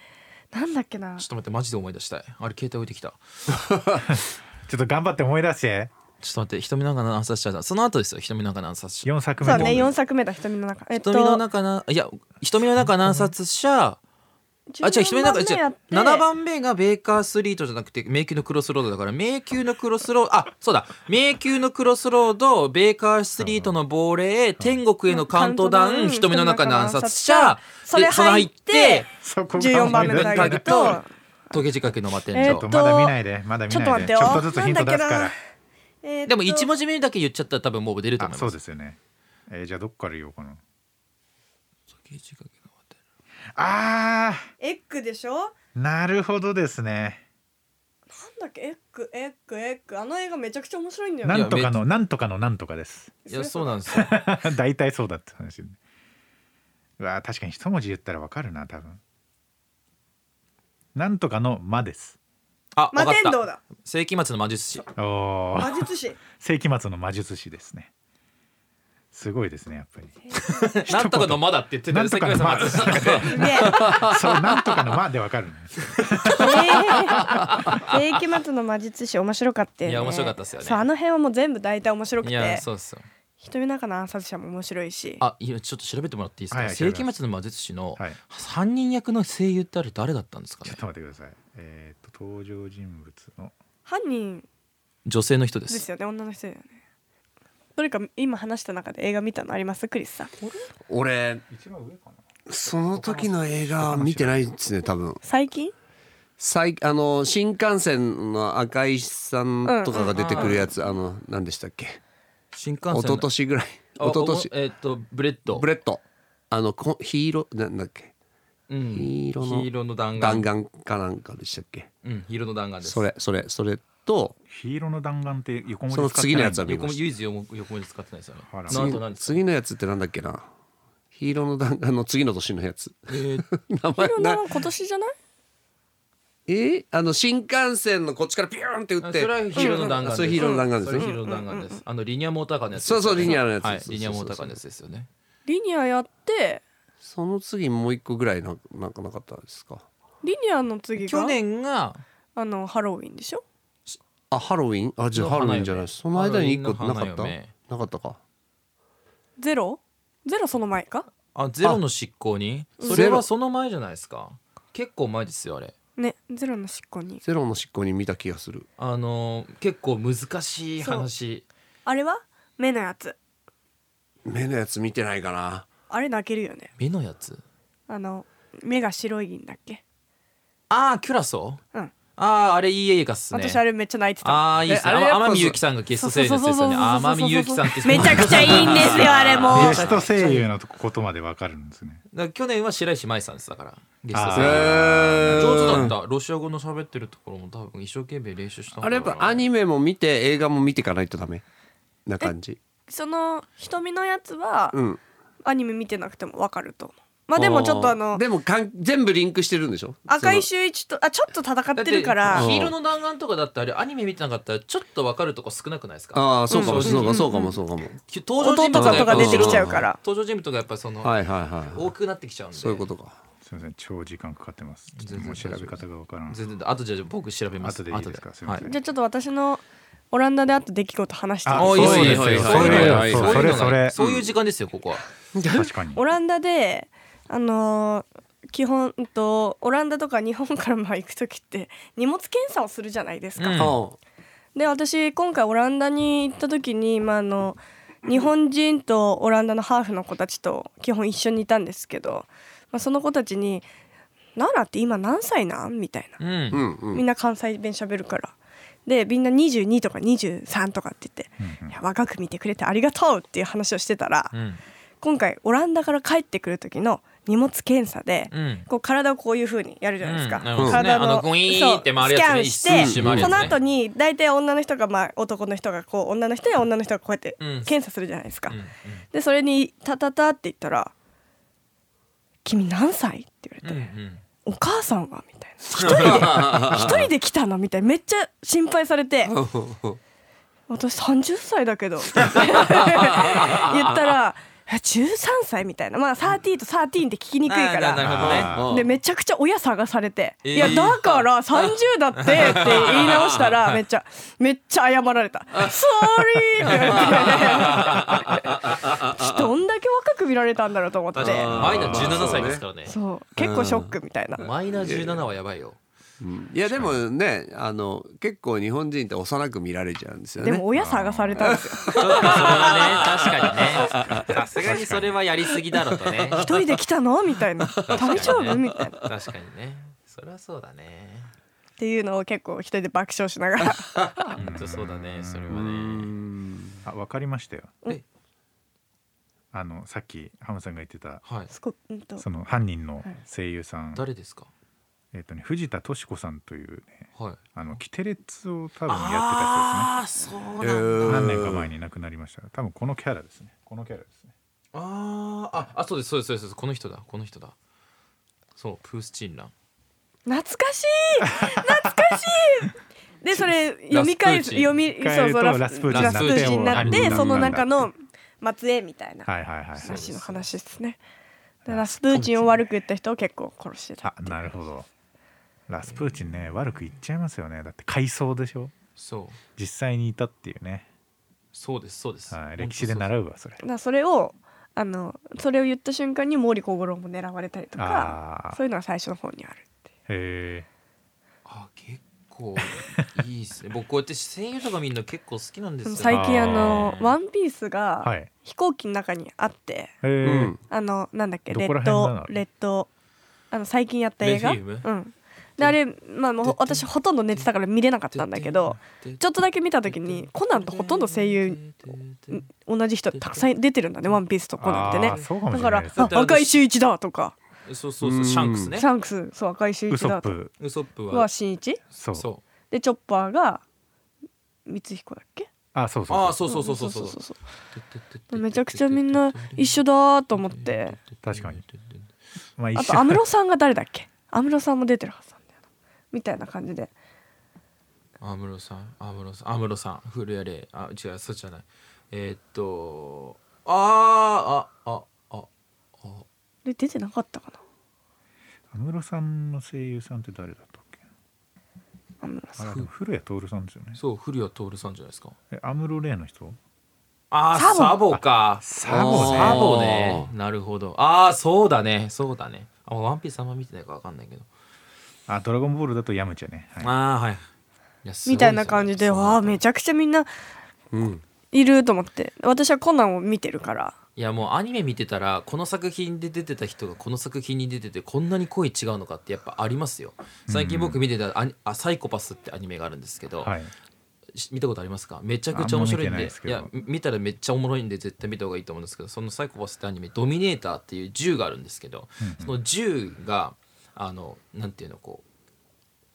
[SPEAKER 4] なんだっけな
[SPEAKER 3] ちょっと待ってマジで思い出したいあれ携帯置いてきた
[SPEAKER 1] ちょっと頑張って思い出して
[SPEAKER 3] ちょっと待って瞳の中の暗殺者だその後ですよ瞳の中の暗殺者
[SPEAKER 1] 4作目
[SPEAKER 4] そう
[SPEAKER 1] の
[SPEAKER 4] ね4作目だ瞳の中えっと
[SPEAKER 3] 瞳の中のいや瞳の中の暗殺者あ、違う、瞳の中、違う、7番目がベーカーストリートじゃなくて、迷宮のクロスロードだから、迷宮のクロスロード、あ、そうだ、迷宮のクロスロード、ベーカーストリートの亡霊、天国へのカウントダ
[SPEAKER 4] カウントダ
[SPEAKER 3] ウ
[SPEAKER 4] ウ
[SPEAKER 3] ン、
[SPEAKER 4] ン
[SPEAKER 3] 瞳の中の暗殺
[SPEAKER 4] 瞳
[SPEAKER 3] 者
[SPEAKER 4] の中の暗殺者、それ入って
[SPEAKER 1] そこが
[SPEAKER 4] 14番目の
[SPEAKER 1] 思い出せ
[SPEAKER 4] ター
[SPEAKER 1] な
[SPEAKER 4] ゲ
[SPEAKER 1] い
[SPEAKER 4] ット
[SPEAKER 3] 時計仕掛けの摩
[SPEAKER 4] え
[SPEAKER 1] ちょっ
[SPEAKER 3] 天井
[SPEAKER 1] とまだ見ないでまだ見
[SPEAKER 4] ちょっと
[SPEAKER 1] な
[SPEAKER 4] 待
[SPEAKER 1] い
[SPEAKER 4] っ
[SPEAKER 1] で
[SPEAKER 4] て
[SPEAKER 1] ち
[SPEAKER 4] よ
[SPEAKER 1] ょっとずつヒント出すか
[SPEAKER 4] えーっと
[SPEAKER 3] でも一文字目だけ言っちゃったら多分もう出ると
[SPEAKER 1] ら
[SPEAKER 3] 思
[SPEAKER 1] あ
[SPEAKER 3] い
[SPEAKER 1] そ
[SPEAKER 3] ま
[SPEAKER 1] う
[SPEAKER 3] す
[SPEAKER 1] ですよねえーじゃあどっから言おうかな
[SPEAKER 3] 時計仕掛けの摩天
[SPEAKER 1] あ
[SPEAKER 4] エッグでしょなん
[SPEAKER 1] ーなるほどですね
[SPEAKER 4] だっけエッグエッグエッグあの映画めちゃくちゃ面白いんだよ
[SPEAKER 1] な
[SPEAKER 4] ね
[SPEAKER 1] んとかのなんとかのなんとかです
[SPEAKER 3] 井いやそうなんですよ
[SPEAKER 1] 大体そうだって話ねうわー確かに一文字言ったらわかるな多分なんとかの「ま」です
[SPEAKER 3] あわ
[SPEAKER 4] 摩
[SPEAKER 3] かっ
[SPEAKER 4] 天堂
[SPEAKER 3] た
[SPEAKER 4] だ
[SPEAKER 3] 世紀末の魔術師
[SPEAKER 1] おお
[SPEAKER 4] 魔術師
[SPEAKER 1] 世紀末の魔術師ですねすごいですねやっぱり
[SPEAKER 3] なんとかの間だって言ってた
[SPEAKER 1] な
[SPEAKER 3] よ
[SPEAKER 1] んと
[SPEAKER 3] 世
[SPEAKER 1] かの
[SPEAKER 3] 紀末の
[SPEAKER 1] 間
[SPEAKER 3] 魔術師
[SPEAKER 4] で
[SPEAKER 1] そうなんとかの「ま」でわかるね
[SPEAKER 4] えー世紀末の魔術師面白かったよね
[SPEAKER 3] いや面白かったっすよね
[SPEAKER 4] そうあの辺はもう全部大体面白 く
[SPEAKER 3] い
[SPEAKER 4] て
[SPEAKER 3] やそうっすよ
[SPEAKER 4] 瞳の中の暗殺者も面白いし
[SPEAKER 3] あいやちょっと調べてもらっていいですか、
[SPEAKER 1] はいはい
[SPEAKER 3] 世紀末の魔術師の
[SPEAKER 1] はい
[SPEAKER 3] 三人役の声優ってあれ誰だったんですか
[SPEAKER 1] ちょ
[SPEAKER 3] ね
[SPEAKER 1] っと待ってくださいえっ、と登場人物の
[SPEAKER 4] 犯人
[SPEAKER 3] 女性の人で
[SPEAKER 4] ですすよね女の人だよねどれか今話した中で映画見たのありますクリスさん
[SPEAKER 2] 俺
[SPEAKER 1] 一番上かな
[SPEAKER 2] その時の映画は見てないですね多分
[SPEAKER 4] 最近
[SPEAKER 2] 最あの新幹線の赤石さんとかが出てくるやつ、あの何でしたっけ
[SPEAKER 3] 新幹線
[SPEAKER 2] 一
[SPEAKER 3] の
[SPEAKER 2] 昨年ぐらい
[SPEAKER 3] あ
[SPEAKER 2] 一昨年
[SPEAKER 3] おえっ、とブレッド
[SPEAKER 2] ブレッドあのこヒーローなんだっけ
[SPEAKER 3] うん、
[SPEAKER 2] ヒーローの
[SPEAKER 3] ヒーローの弾
[SPEAKER 2] 弾
[SPEAKER 3] 丸
[SPEAKER 2] 丸かなんかでしたっけ
[SPEAKER 3] うん、ヒーローの弾丸です
[SPEAKER 2] それそれそれと
[SPEAKER 1] ヒーローの弾丸って横文字
[SPEAKER 2] その次のやつ
[SPEAKER 1] 使っ
[SPEAKER 2] は
[SPEAKER 1] て
[SPEAKER 2] 見
[SPEAKER 3] 横
[SPEAKER 2] ま
[SPEAKER 3] も
[SPEAKER 2] し
[SPEAKER 3] 唯一横横文字使ってないですよね
[SPEAKER 1] あら
[SPEAKER 2] た
[SPEAKER 3] なんとなんです
[SPEAKER 2] 次
[SPEAKER 3] か
[SPEAKER 2] 次のやつってなんだっけなヒーローの弾丸の次の年のやつ
[SPEAKER 3] えー
[SPEAKER 2] 名前
[SPEAKER 4] ヒーロー
[SPEAKER 2] な
[SPEAKER 4] の今年じゃない
[SPEAKER 2] えーあの新幹線のこっちからピューンって打
[SPEAKER 3] あ
[SPEAKER 2] っ
[SPEAKER 3] そ
[SPEAKER 2] て
[SPEAKER 3] れはヒーローの弾丸です
[SPEAKER 2] それヒーローの弾丸で
[SPEAKER 3] そ
[SPEAKER 2] す
[SPEAKER 3] れ
[SPEAKER 2] ね
[SPEAKER 3] ヒーローの弾丸ですあのリニアモーターカーのやつ
[SPEAKER 2] そうそうリニアのやつ
[SPEAKER 3] は
[SPEAKER 2] そう
[SPEAKER 3] い
[SPEAKER 2] そうそう
[SPEAKER 3] リニアモーターカーのやつですよね
[SPEAKER 4] リニアやって
[SPEAKER 2] その次もう一個ぐらいななんかなかったですか
[SPEAKER 4] リニアの次が
[SPEAKER 3] 去年が
[SPEAKER 4] あのハロウィンでしょ
[SPEAKER 2] あハロウィンあじゃあ
[SPEAKER 3] の
[SPEAKER 2] ハ
[SPEAKER 3] 花
[SPEAKER 2] ロウ
[SPEAKER 3] 嫁
[SPEAKER 2] ィンじゃないその間に一個なか
[SPEAKER 3] ハロウィン
[SPEAKER 2] っ
[SPEAKER 3] の
[SPEAKER 2] た
[SPEAKER 3] 花嫁
[SPEAKER 2] なかったか
[SPEAKER 4] ゼロゼロその前か
[SPEAKER 3] あゼロの執行にそれはその前じゃないですか結構前ですよあれ
[SPEAKER 4] ねゼロの執行に
[SPEAKER 2] ゼロの執行に見た気がする
[SPEAKER 3] あのー結構難しい話
[SPEAKER 4] あれは目のやつ
[SPEAKER 2] 目のやつ見てないかな
[SPEAKER 4] あれ泣けるよね
[SPEAKER 3] 目のやつ
[SPEAKER 4] あの目が白いんだっけ
[SPEAKER 3] ああキュラソー
[SPEAKER 4] うん、
[SPEAKER 3] あああれいい映画っすね
[SPEAKER 4] 私あれめっちゃ泣いてた
[SPEAKER 3] ああいいっすね
[SPEAKER 2] えあれやっぱ
[SPEAKER 3] 天海祐希さんがゲスト声優のやつですよねあー天海祐希さんって人
[SPEAKER 4] めちゃくちゃいいんですよあれも
[SPEAKER 1] ゲスト声優のことまでわかるんですね
[SPEAKER 3] だから去年は白石麻衣さんですだからゲスト
[SPEAKER 1] あ
[SPEAKER 3] 声優
[SPEAKER 2] え
[SPEAKER 3] 上手だったロシア語の喋ってるところも多分一生懸命練習したんだ
[SPEAKER 2] あれ
[SPEAKER 3] ろ
[SPEAKER 2] やっ
[SPEAKER 3] うな
[SPEAKER 2] ぱアニメも見て映画も見てかないとダメな感じ
[SPEAKER 4] その瞳のやつは、
[SPEAKER 2] うん
[SPEAKER 4] アニメ見てなくてもわかると思うまあでもちょっとあの
[SPEAKER 2] でもかん全部リンクしてるんでしょ
[SPEAKER 4] 赤井秀一とあちょっと戦ってるか
[SPEAKER 3] だ
[SPEAKER 4] ら
[SPEAKER 3] って
[SPEAKER 2] うん
[SPEAKER 3] ヒーローの弾丸とかだってあれアニメ見てなかったらちょっと分かるとこ少なくないです
[SPEAKER 2] その
[SPEAKER 3] か
[SPEAKER 2] ああそうかも
[SPEAKER 3] 正
[SPEAKER 2] そう
[SPEAKER 3] 直
[SPEAKER 2] かそうかもそうかも
[SPEAKER 3] き登場
[SPEAKER 4] 弟
[SPEAKER 3] 人物
[SPEAKER 4] と
[SPEAKER 3] が
[SPEAKER 4] か
[SPEAKER 3] やっ
[SPEAKER 4] と
[SPEAKER 3] ぱ
[SPEAKER 4] か
[SPEAKER 2] 弟
[SPEAKER 4] 出てきちゃうから
[SPEAKER 3] 登場人物がやっぱりその
[SPEAKER 2] はいはいはいは
[SPEAKER 3] 大
[SPEAKER 2] い
[SPEAKER 3] きくなってきちゃうんで
[SPEAKER 2] そういうことか
[SPEAKER 1] すみません超時間かかってますちょっともう調
[SPEAKER 3] 全然
[SPEAKER 1] べ方がわからん
[SPEAKER 3] 全然あとじゃあ僕調べます
[SPEAKER 1] 後でいいですかすいません
[SPEAKER 4] じゃあちょっと私のオランダであった出来事話していい
[SPEAKER 1] あ
[SPEAKER 4] です
[SPEAKER 3] お
[SPEAKER 4] か
[SPEAKER 3] いいっす
[SPEAKER 1] そう
[SPEAKER 3] いい
[SPEAKER 1] ですそういう
[SPEAKER 3] っすいいっす
[SPEAKER 1] のが
[SPEAKER 2] はいはい
[SPEAKER 1] そうそれそれ
[SPEAKER 3] そういう時間ですよここは
[SPEAKER 1] 確かに
[SPEAKER 4] オランダであのー基本うんとオランダとか日本からまあ行く時って荷物検査をするじゃないですか。
[SPEAKER 3] うん
[SPEAKER 2] あ
[SPEAKER 4] で私今回オランダに行った時に、まあ、あの日本人とオランダのハーフの子たちと基本一緒にいたんですけど、まあ、その子たちに「ナナって今何歳なん?」みたいな
[SPEAKER 3] う
[SPEAKER 2] あうんんう
[SPEAKER 4] み
[SPEAKER 2] ん
[SPEAKER 4] んな関西弁しゃべるからでみんな22とか23とかって言って「
[SPEAKER 1] うんうん
[SPEAKER 4] いや若く見てくれてありがとう」っていう話をしてたら
[SPEAKER 3] うん
[SPEAKER 4] 今回オランダから帰ってくる時の荷物検査で。
[SPEAKER 3] うん
[SPEAKER 4] こう体をこういう風にやるじゃないですか。
[SPEAKER 3] うんなるほどね
[SPEAKER 4] 体
[SPEAKER 3] あのグイーン
[SPEAKER 4] そう
[SPEAKER 3] って回るやつね
[SPEAKER 4] スキャン
[SPEAKER 3] 一
[SPEAKER 4] して、
[SPEAKER 3] 周回るや
[SPEAKER 4] そ
[SPEAKER 3] つね
[SPEAKER 4] の後に大体女の人がまあ男の人がこう女の人や女の人がこうやって
[SPEAKER 3] うん
[SPEAKER 4] 検査するじゃないですか。
[SPEAKER 3] うん
[SPEAKER 4] でそれにタタタって言ったら「君何歳?」って言わ
[SPEAKER 3] う
[SPEAKER 4] れて「
[SPEAKER 3] んうん
[SPEAKER 4] お母さんは?」みたいな「一人で 一人で来たの?」みたいなめっちゃ心配されて「私30歳 だけど」言ったら「え13歳?」みたいなまあ13と13って聞きにくいか
[SPEAKER 3] あーなるほ
[SPEAKER 4] ら。
[SPEAKER 3] どね
[SPEAKER 1] あー
[SPEAKER 2] うん
[SPEAKER 4] でめちゃくちゃ親探されて「
[SPEAKER 3] えー
[SPEAKER 4] いやだから30だって」って言い直したらめっちゃめっちゃ謝られた 「ソーリー!」って言われて どんだけ若く見られたんだろうと思って
[SPEAKER 3] 確かにマイナー
[SPEAKER 2] まあ
[SPEAKER 3] 17
[SPEAKER 2] そう
[SPEAKER 3] 歳
[SPEAKER 2] ね
[SPEAKER 3] ですからね
[SPEAKER 4] そう結構ショックみたいな
[SPEAKER 3] マイナー17はやばいよ
[SPEAKER 2] うんいやでもねあの結構日本人って幼く見られちゃうんですよ
[SPEAKER 4] で
[SPEAKER 2] ね
[SPEAKER 4] も親探されたんですよ
[SPEAKER 3] ちょっとそれはね確かにねさすがにそれはやりすぎだろうとね
[SPEAKER 4] 「一人で来たの?」みたいな「大丈夫?」みたいな
[SPEAKER 3] 確かにねそりゃそうだね
[SPEAKER 4] ていうのを結構一人で爆笑しなが ら
[SPEAKER 3] 本当そうだねそれは
[SPEAKER 2] う
[SPEAKER 3] ね
[SPEAKER 2] ん
[SPEAKER 1] あ分かりましたよ
[SPEAKER 3] え
[SPEAKER 1] あのさっきハムさんが言ってた
[SPEAKER 3] はい
[SPEAKER 4] すごうんと
[SPEAKER 1] その犯人の声優さん、
[SPEAKER 3] 誰ですか
[SPEAKER 1] えっ、とね藤田敏子さんというね
[SPEAKER 3] はい
[SPEAKER 1] あのキテレツを多分やってた人ですね
[SPEAKER 3] ああそうなん
[SPEAKER 2] え
[SPEAKER 3] だ
[SPEAKER 2] ー
[SPEAKER 1] 何年か前に亡くなりました多分このキャラですねこのキャラですね
[SPEAKER 3] あーああそうですそうですそうですそうですこの人だこの人だそうプースチンラン
[SPEAKER 4] 懐か しい懐かしいでそれ読み返す
[SPEAKER 3] ラスプーチン
[SPEAKER 4] 読み
[SPEAKER 1] 変えると
[SPEAKER 4] ラ
[SPEAKER 1] ラ
[SPEAKER 4] ス
[SPEAKER 1] ス
[SPEAKER 4] プ
[SPEAKER 1] プ
[SPEAKER 4] ー
[SPEAKER 1] ー
[SPEAKER 4] チ
[SPEAKER 1] チ
[SPEAKER 4] ン
[SPEAKER 1] ンにな
[SPEAKER 4] ラスプ
[SPEAKER 1] って犯人にな
[SPEAKER 4] ーチンになって
[SPEAKER 1] った
[SPEAKER 4] その中の末裔みたいな
[SPEAKER 1] はいはいはいはい
[SPEAKER 4] 話の話ですねでラスプーチンを悪く言った人を結構殺してた
[SPEAKER 1] あなるほどラスプーチンね悪く言っちゃいますよねだって回想でしょ
[SPEAKER 3] そう
[SPEAKER 1] 実際にいたっていうね、
[SPEAKER 3] そうですそうです、
[SPEAKER 1] はい、歴史で習うわそれ
[SPEAKER 4] だからそれをあのそれを言った瞬間に毛利小五郎も狙われたりとか
[SPEAKER 1] あー
[SPEAKER 4] そういうのは最初の方にあるっていう
[SPEAKER 1] へえ
[SPEAKER 3] あ結構いいですね僕こうやって声優とか見るの結構好きなんですよ
[SPEAKER 4] でも
[SPEAKER 3] ね
[SPEAKER 4] 最近あ
[SPEAKER 1] あ
[SPEAKER 4] の「
[SPEAKER 3] ー
[SPEAKER 4] ワンピース
[SPEAKER 1] は
[SPEAKER 4] が
[SPEAKER 1] い
[SPEAKER 4] 飛行機の中にあって
[SPEAKER 1] へえ、
[SPEAKER 2] うん
[SPEAKER 4] あのなんだっけ
[SPEAKER 1] ど
[SPEAKER 4] レ
[SPEAKER 1] こら
[SPEAKER 4] ッ
[SPEAKER 1] 辺な
[SPEAKER 4] ド
[SPEAKER 1] の
[SPEAKER 4] レッドあの最近やった映画う
[SPEAKER 3] レフィウム
[SPEAKER 4] んであれまあもう
[SPEAKER 3] で
[SPEAKER 4] 私ほとんど寝てたから見れなかったんだけどちょっとだけ見た時にコナンとほとんど声優同じ人たくさん出てるんだね「ワンピースとコナンってね
[SPEAKER 1] あーそうかも
[SPEAKER 4] だ
[SPEAKER 1] し
[SPEAKER 4] か
[SPEAKER 1] れな
[SPEAKER 4] ら
[SPEAKER 1] いで
[SPEAKER 4] 「
[SPEAKER 1] す
[SPEAKER 4] あ
[SPEAKER 1] ね
[SPEAKER 3] だって
[SPEAKER 4] 赤い周一だ」とか
[SPEAKER 3] そうそうそううんシャンクス
[SPEAKER 4] 「
[SPEAKER 3] ね
[SPEAKER 4] シャンクス」そう赤い周
[SPEAKER 1] ウ
[SPEAKER 4] 一
[SPEAKER 1] ソッ
[SPEAKER 4] だとか
[SPEAKER 1] プ
[SPEAKER 3] ウソップは
[SPEAKER 4] は新一
[SPEAKER 1] そう
[SPEAKER 3] そ
[SPEAKER 4] でチョッパーが光彦だっけ
[SPEAKER 1] あそう
[SPEAKER 3] う
[SPEAKER 1] そう
[SPEAKER 3] ああ
[SPEAKER 1] そう
[SPEAKER 3] そうそうそうそうそう
[SPEAKER 4] そう
[SPEAKER 3] う
[SPEAKER 4] めちゃくちゃみんな一緒だーと思って
[SPEAKER 1] 確かにまあ一
[SPEAKER 4] あ
[SPEAKER 1] 緒
[SPEAKER 4] と 安室さんが誰だっけ安室さんも出てるはずなんだよなみたいな感じで
[SPEAKER 3] 安室さん安室さん安室さん古谷レイあ違うそうじゃないえーっとあーああああ
[SPEAKER 4] で出てなかったかな
[SPEAKER 1] 安室さんの声優さんって誰だったっけ
[SPEAKER 4] 安室さ
[SPEAKER 1] あ
[SPEAKER 4] ん
[SPEAKER 1] れでも古谷徹さんですよね
[SPEAKER 3] そう古谷徹さんじゃないですか
[SPEAKER 1] え安室レイの人
[SPEAKER 3] あー
[SPEAKER 4] サボ
[SPEAKER 3] サボか
[SPEAKER 1] サボね
[SPEAKER 3] サボねなるほどああそうだねそうだねあワンピースあんま見てないからわかんないけど
[SPEAKER 1] あドラゴンボールだとヤムチャね、はい
[SPEAKER 3] ああはいいやすご
[SPEAKER 4] みたいな感じでわあめ
[SPEAKER 3] ちゃ
[SPEAKER 4] ちゃくちゃみんな
[SPEAKER 2] うん
[SPEAKER 4] いると思って私はコナンを見てるから
[SPEAKER 3] いやもうアニメ見てたらこの作品で出てた人がこの作品に出ててこんなに声違うのかってやっぱありますよ最近僕見てたアニあサイコパスってアニメがあるんですけど、
[SPEAKER 1] はい
[SPEAKER 3] し見たことありますかめちゃくちゃ面白いん
[SPEAKER 1] あんま見てない
[SPEAKER 3] で
[SPEAKER 1] です
[SPEAKER 3] い
[SPEAKER 1] けど
[SPEAKER 3] や見たらめっちゃおもろいんで絶対見た方がいいと思うんですけどそのサイコパスってアニメ「ドミネーター」っていう銃があるんですけど、
[SPEAKER 1] うんうん
[SPEAKER 3] その銃があのなんていうのこ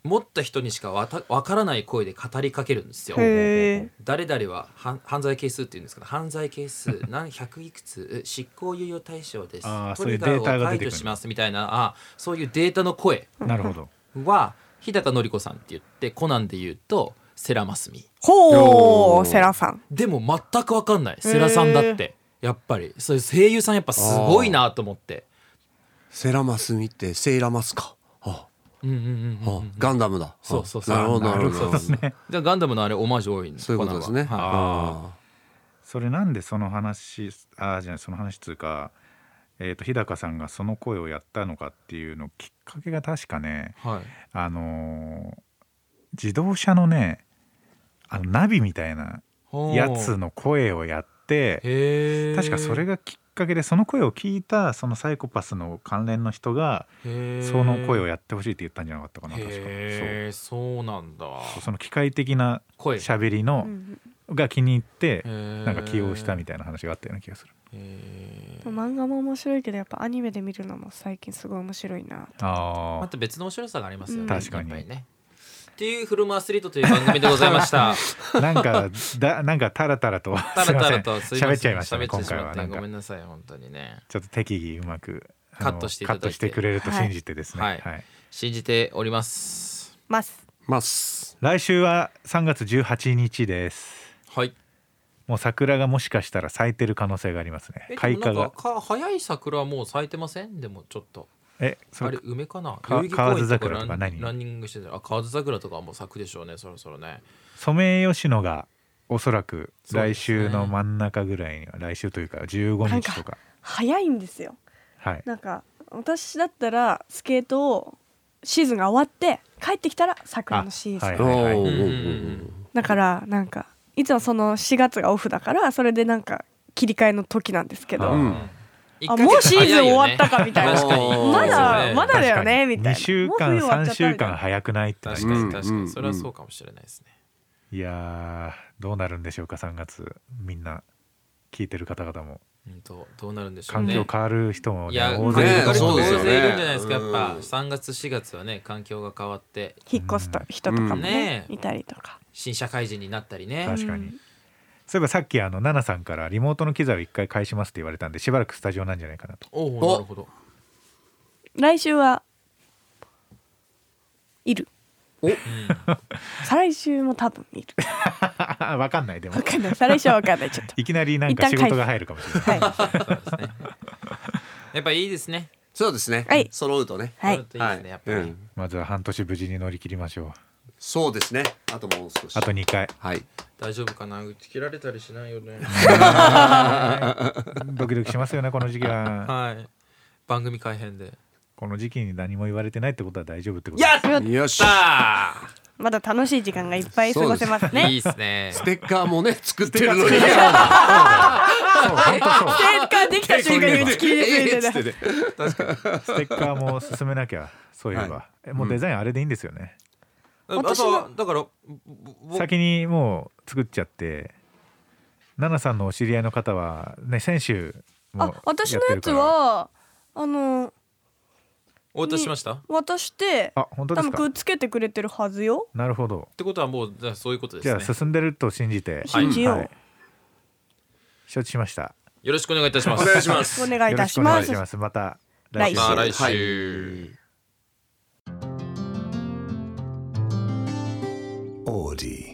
[SPEAKER 3] う持った人にしかわたわからない声で語りかけるんですよ。
[SPEAKER 4] へえ
[SPEAKER 3] 誰々は犯犯罪係数っていうんですけど犯罪係数 何100いくつえ執行猶予対象です
[SPEAKER 1] あー
[SPEAKER 3] トリガ
[SPEAKER 1] そうい
[SPEAKER 3] ー
[SPEAKER 1] うデータが
[SPEAKER 3] を
[SPEAKER 1] 出て
[SPEAKER 3] 解
[SPEAKER 1] くる
[SPEAKER 3] 除しますみたいなあそういうデータの声
[SPEAKER 1] なるほど
[SPEAKER 3] は日高のり子さんって言ってコナンで言うと世良真澄
[SPEAKER 4] ほ
[SPEAKER 2] お
[SPEAKER 4] う
[SPEAKER 2] ー
[SPEAKER 4] セラさん
[SPEAKER 3] でも全く分かんない世良さんだってやっぱりそういう声優さんやっぱすごいなと思って
[SPEAKER 2] セラマス見てセイラマスかあ
[SPEAKER 3] うんうんうんうん
[SPEAKER 2] あガンダムだ
[SPEAKER 3] そうそうそう
[SPEAKER 2] なるほどなるほど
[SPEAKER 3] そうですねでガンダムのあれオマージュ多いん
[SPEAKER 2] そういうことですね
[SPEAKER 3] コナンははい
[SPEAKER 2] あ
[SPEAKER 1] それなんでその話あーじゃないその話つうか、えー、と日高さんがその声をやったのかっていうのきっかけが確かね
[SPEAKER 3] はい
[SPEAKER 1] あのー自動車のねあのナビみたいな
[SPEAKER 3] ほう
[SPEAKER 1] やつの声をやって
[SPEAKER 3] へえ
[SPEAKER 1] 確かそれがきっかけでその声を聞いたそのサイコパスの関連の人がそ
[SPEAKER 3] そ
[SPEAKER 1] の声をやってほしいって言ったんじゃなかったかな確か
[SPEAKER 3] へえそうなんだ
[SPEAKER 1] そうその機械的な
[SPEAKER 3] 声
[SPEAKER 1] 喋りの
[SPEAKER 4] うん
[SPEAKER 1] が気に入って
[SPEAKER 3] な
[SPEAKER 1] なんか起用したみたいな話があったような気がする。
[SPEAKER 4] でも漫画も面白いけどやっぱアニメで見るのも最近すごい面白いな
[SPEAKER 1] あ
[SPEAKER 3] ま
[SPEAKER 1] あ
[SPEAKER 3] た別の面白さがありますよね
[SPEAKER 4] うん
[SPEAKER 1] 確かに
[SPEAKER 3] やっぱりねっていうフルマアスリートという番組でございました
[SPEAKER 1] なんかだなんかタラタラと
[SPEAKER 3] タラタラと
[SPEAKER 1] すいません喋っちゃいましたね
[SPEAKER 3] 喋っ
[SPEAKER 1] 今
[SPEAKER 3] てし
[SPEAKER 1] 回
[SPEAKER 3] まっ
[SPEAKER 1] は
[SPEAKER 3] て
[SPEAKER 1] なん
[SPEAKER 3] ご
[SPEAKER 1] か
[SPEAKER 3] めんなさい本当にね
[SPEAKER 1] ちょっと適宜うまくあ
[SPEAKER 3] カ
[SPEAKER 1] の
[SPEAKER 3] ットしていた
[SPEAKER 1] カ
[SPEAKER 3] だ
[SPEAKER 1] ッ
[SPEAKER 3] いて
[SPEAKER 1] トしてくれると信じてですね、
[SPEAKER 3] はい信じております
[SPEAKER 4] ます
[SPEAKER 2] ます
[SPEAKER 1] 来週は3月18日です
[SPEAKER 3] はい
[SPEAKER 1] もう桜がもしかしたら咲いてる可能性がありますね
[SPEAKER 3] えで
[SPEAKER 1] 開
[SPEAKER 3] もな
[SPEAKER 1] 花
[SPEAKER 3] んか
[SPEAKER 1] が
[SPEAKER 3] か早い桜はもう咲いてませんでもちょっと
[SPEAKER 1] えそ
[SPEAKER 3] あ
[SPEAKER 1] れ
[SPEAKER 3] れ梅かな
[SPEAKER 1] か
[SPEAKER 3] 代々木公園
[SPEAKER 1] 河津桜
[SPEAKER 3] ラン
[SPEAKER 1] とか何
[SPEAKER 3] ランニングしてたらあ河津桜とかはもう咲くでしょうねそろそろね
[SPEAKER 1] ソメイヨシノがおそらく
[SPEAKER 3] そうで
[SPEAKER 1] 来
[SPEAKER 3] すね
[SPEAKER 1] 週の真ん中ぐらいには、来週というか15日とか
[SPEAKER 4] 早いんですよ
[SPEAKER 1] はい
[SPEAKER 4] なんか私だったらスケートをシーズンが終わって帰ってきたら桜のシーズ
[SPEAKER 1] あ
[SPEAKER 4] ン、
[SPEAKER 1] はい
[SPEAKER 2] おー
[SPEAKER 1] う
[SPEAKER 3] んうん
[SPEAKER 2] おー
[SPEAKER 3] うん
[SPEAKER 2] おー
[SPEAKER 4] だからなんかいつもその4月がオフだからそれでなんか切り替えの時なんですけど、
[SPEAKER 1] うん
[SPEAKER 4] いあもうシーズン終わったかみたいな、
[SPEAKER 3] 確かに
[SPEAKER 2] おー
[SPEAKER 4] ま
[SPEAKER 3] そう
[SPEAKER 4] だ
[SPEAKER 3] ね
[SPEAKER 4] まだだよ
[SPEAKER 1] 確か
[SPEAKER 4] ね
[SPEAKER 1] に
[SPEAKER 4] みたいな
[SPEAKER 1] 2週
[SPEAKER 4] もう
[SPEAKER 1] 間
[SPEAKER 4] 冬終わっちゃ
[SPEAKER 1] 3
[SPEAKER 4] ったみ
[SPEAKER 1] 週
[SPEAKER 4] たいな
[SPEAKER 1] 間早くないってな
[SPEAKER 3] 確
[SPEAKER 1] り
[SPEAKER 3] か
[SPEAKER 1] たい
[SPEAKER 2] うん
[SPEAKER 3] に確かにそれはそうかもしれないですね、
[SPEAKER 1] いやーどうなるんでしょうか3月みんな聞いてる方々も
[SPEAKER 3] うんとどうなるんでしょう
[SPEAKER 1] 環
[SPEAKER 3] ね
[SPEAKER 1] 境変わる人も、
[SPEAKER 3] い
[SPEAKER 1] ね
[SPEAKER 3] や
[SPEAKER 1] 大
[SPEAKER 3] 大
[SPEAKER 1] 勢いる
[SPEAKER 3] 勢
[SPEAKER 1] と思うんです
[SPEAKER 2] ね
[SPEAKER 1] よ
[SPEAKER 2] そうですよね
[SPEAKER 3] いるんじゃないですかやっぱ
[SPEAKER 2] うん
[SPEAKER 3] 3月4月はね環境が変わって
[SPEAKER 4] 引っ越すと人とかも
[SPEAKER 2] うん
[SPEAKER 4] ね
[SPEAKER 3] ねえ
[SPEAKER 4] いたりとか
[SPEAKER 3] 新社会人になったりね
[SPEAKER 1] 確かにそういえばさっきあの奈々さんからリモートの機材を一回返しますって言われたんでしばらくスタジオなんじゃないかなと
[SPEAKER 3] おおなるほど
[SPEAKER 4] 来週はいる
[SPEAKER 3] うん
[SPEAKER 4] 再来週も多分いる
[SPEAKER 1] 分かんないでも
[SPEAKER 4] わかんない再来週はわかんないちょっと
[SPEAKER 1] いきなりなんか仕事が入るかもしれない
[SPEAKER 4] はい
[SPEAKER 3] そうですねやっぱいいですね
[SPEAKER 2] そうですね。
[SPEAKER 4] はい
[SPEAKER 2] 揃うとね。
[SPEAKER 4] はい
[SPEAKER 3] ちょっといいですねやっぱり、
[SPEAKER 2] うん
[SPEAKER 1] まずは半年無事に乗り切りましょう
[SPEAKER 2] そうですね。あともう少し。
[SPEAKER 1] あと2回
[SPEAKER 2] はい。
[SPEAKER 3] 大丈夫かな打ち切られたりしないよね
[SPEAKER 1] ドキドキしますよねこの時期は
[SPEAKER 3] はい番組改編で
[SPEAKER 1] この時期に何も言われてないってことは大丈夫ってこと
[SPEAKER 3] やっ
[SPEAKER 2] よし。
[SPEAKER 3] たー
[SPEAKER 4] まだ楽しい時間がいっぱい過ごせますね
[SPEAKER 3] いいです ね
[SPEAKER 2] ステッカーもね作ってるの
[SPEAKER 1] そう
[SPEAKER 2] に。
[SPEAKER 1] 本当そう
[SPEAKER 4] 正解できた瞬間に打ち切りでつい
[SPEAKER 2] えーっ
[SPEAKER 4] て
[SPEAKER 2] つって
[SPEAKER 4] る
[SPEAKER 2] ね
[SPEAKER 1] ステッカーも進めなきゃそういえば、
[SPEAKER 2] は
[SPEAKER 1] えもうデザインあれでいいんですよね、
[SPEAKER 3] あとはだからぼ
[SPEAKER 1] 先にもう作っちゃって奈々さんのお知り合いの方はね先週も
[SPEAKER 4] あ私の
[SPEAKER 1] って
[SPEAKER 4] や
[SPEAKER 1] る
[SPEAKER 4] つ
[SPEAKER 1] から
[SPEAKER 4] はあの
[SPEAKER 3] お渡ししましたっ
[SPEAKER 4] 渡して
[SPEAKER 1] あ本当
[SPEAKER 4] 多
[SPEAKER 1] です
[SPEAKER 4] 分くっ
[SPEAKER 1] か
[SPEAKER 4] つけてくれてるはずよ
[SPEAKER 1] なるほど
[SPEAKER 3] てことはもうじゃあそういうことで
[SPEAKER 1] じ
[SPEAKER 3] す
[SPEAKER 1] ゃあ
[SPEAKER 3] ね
[SPEAKER 1] 進んでると信じて
[SPEAKER 4] 信じよう
[SPEAKER 1] はい承知しました
[SPEAKER 3] よろしくお願いいたしま
[SPEAKER 2] お
[SPEAKER 3] す
[SPEAKER 2] 願いします。
[SPEAKER 4] お願いいたし
[SPEAKER 1] よろくお願
[SPEAKER 4] ま
[SPEAKER 1] い
[SPEAKER 4] す
[SPEAKER 1] しますまた
[SPEAKER 4] 来週
[SPEAKER 3] まあ
[SPEAKER 2] はい
[SPEAKER 3] 来週、
[SPEAKER 2] オーディ。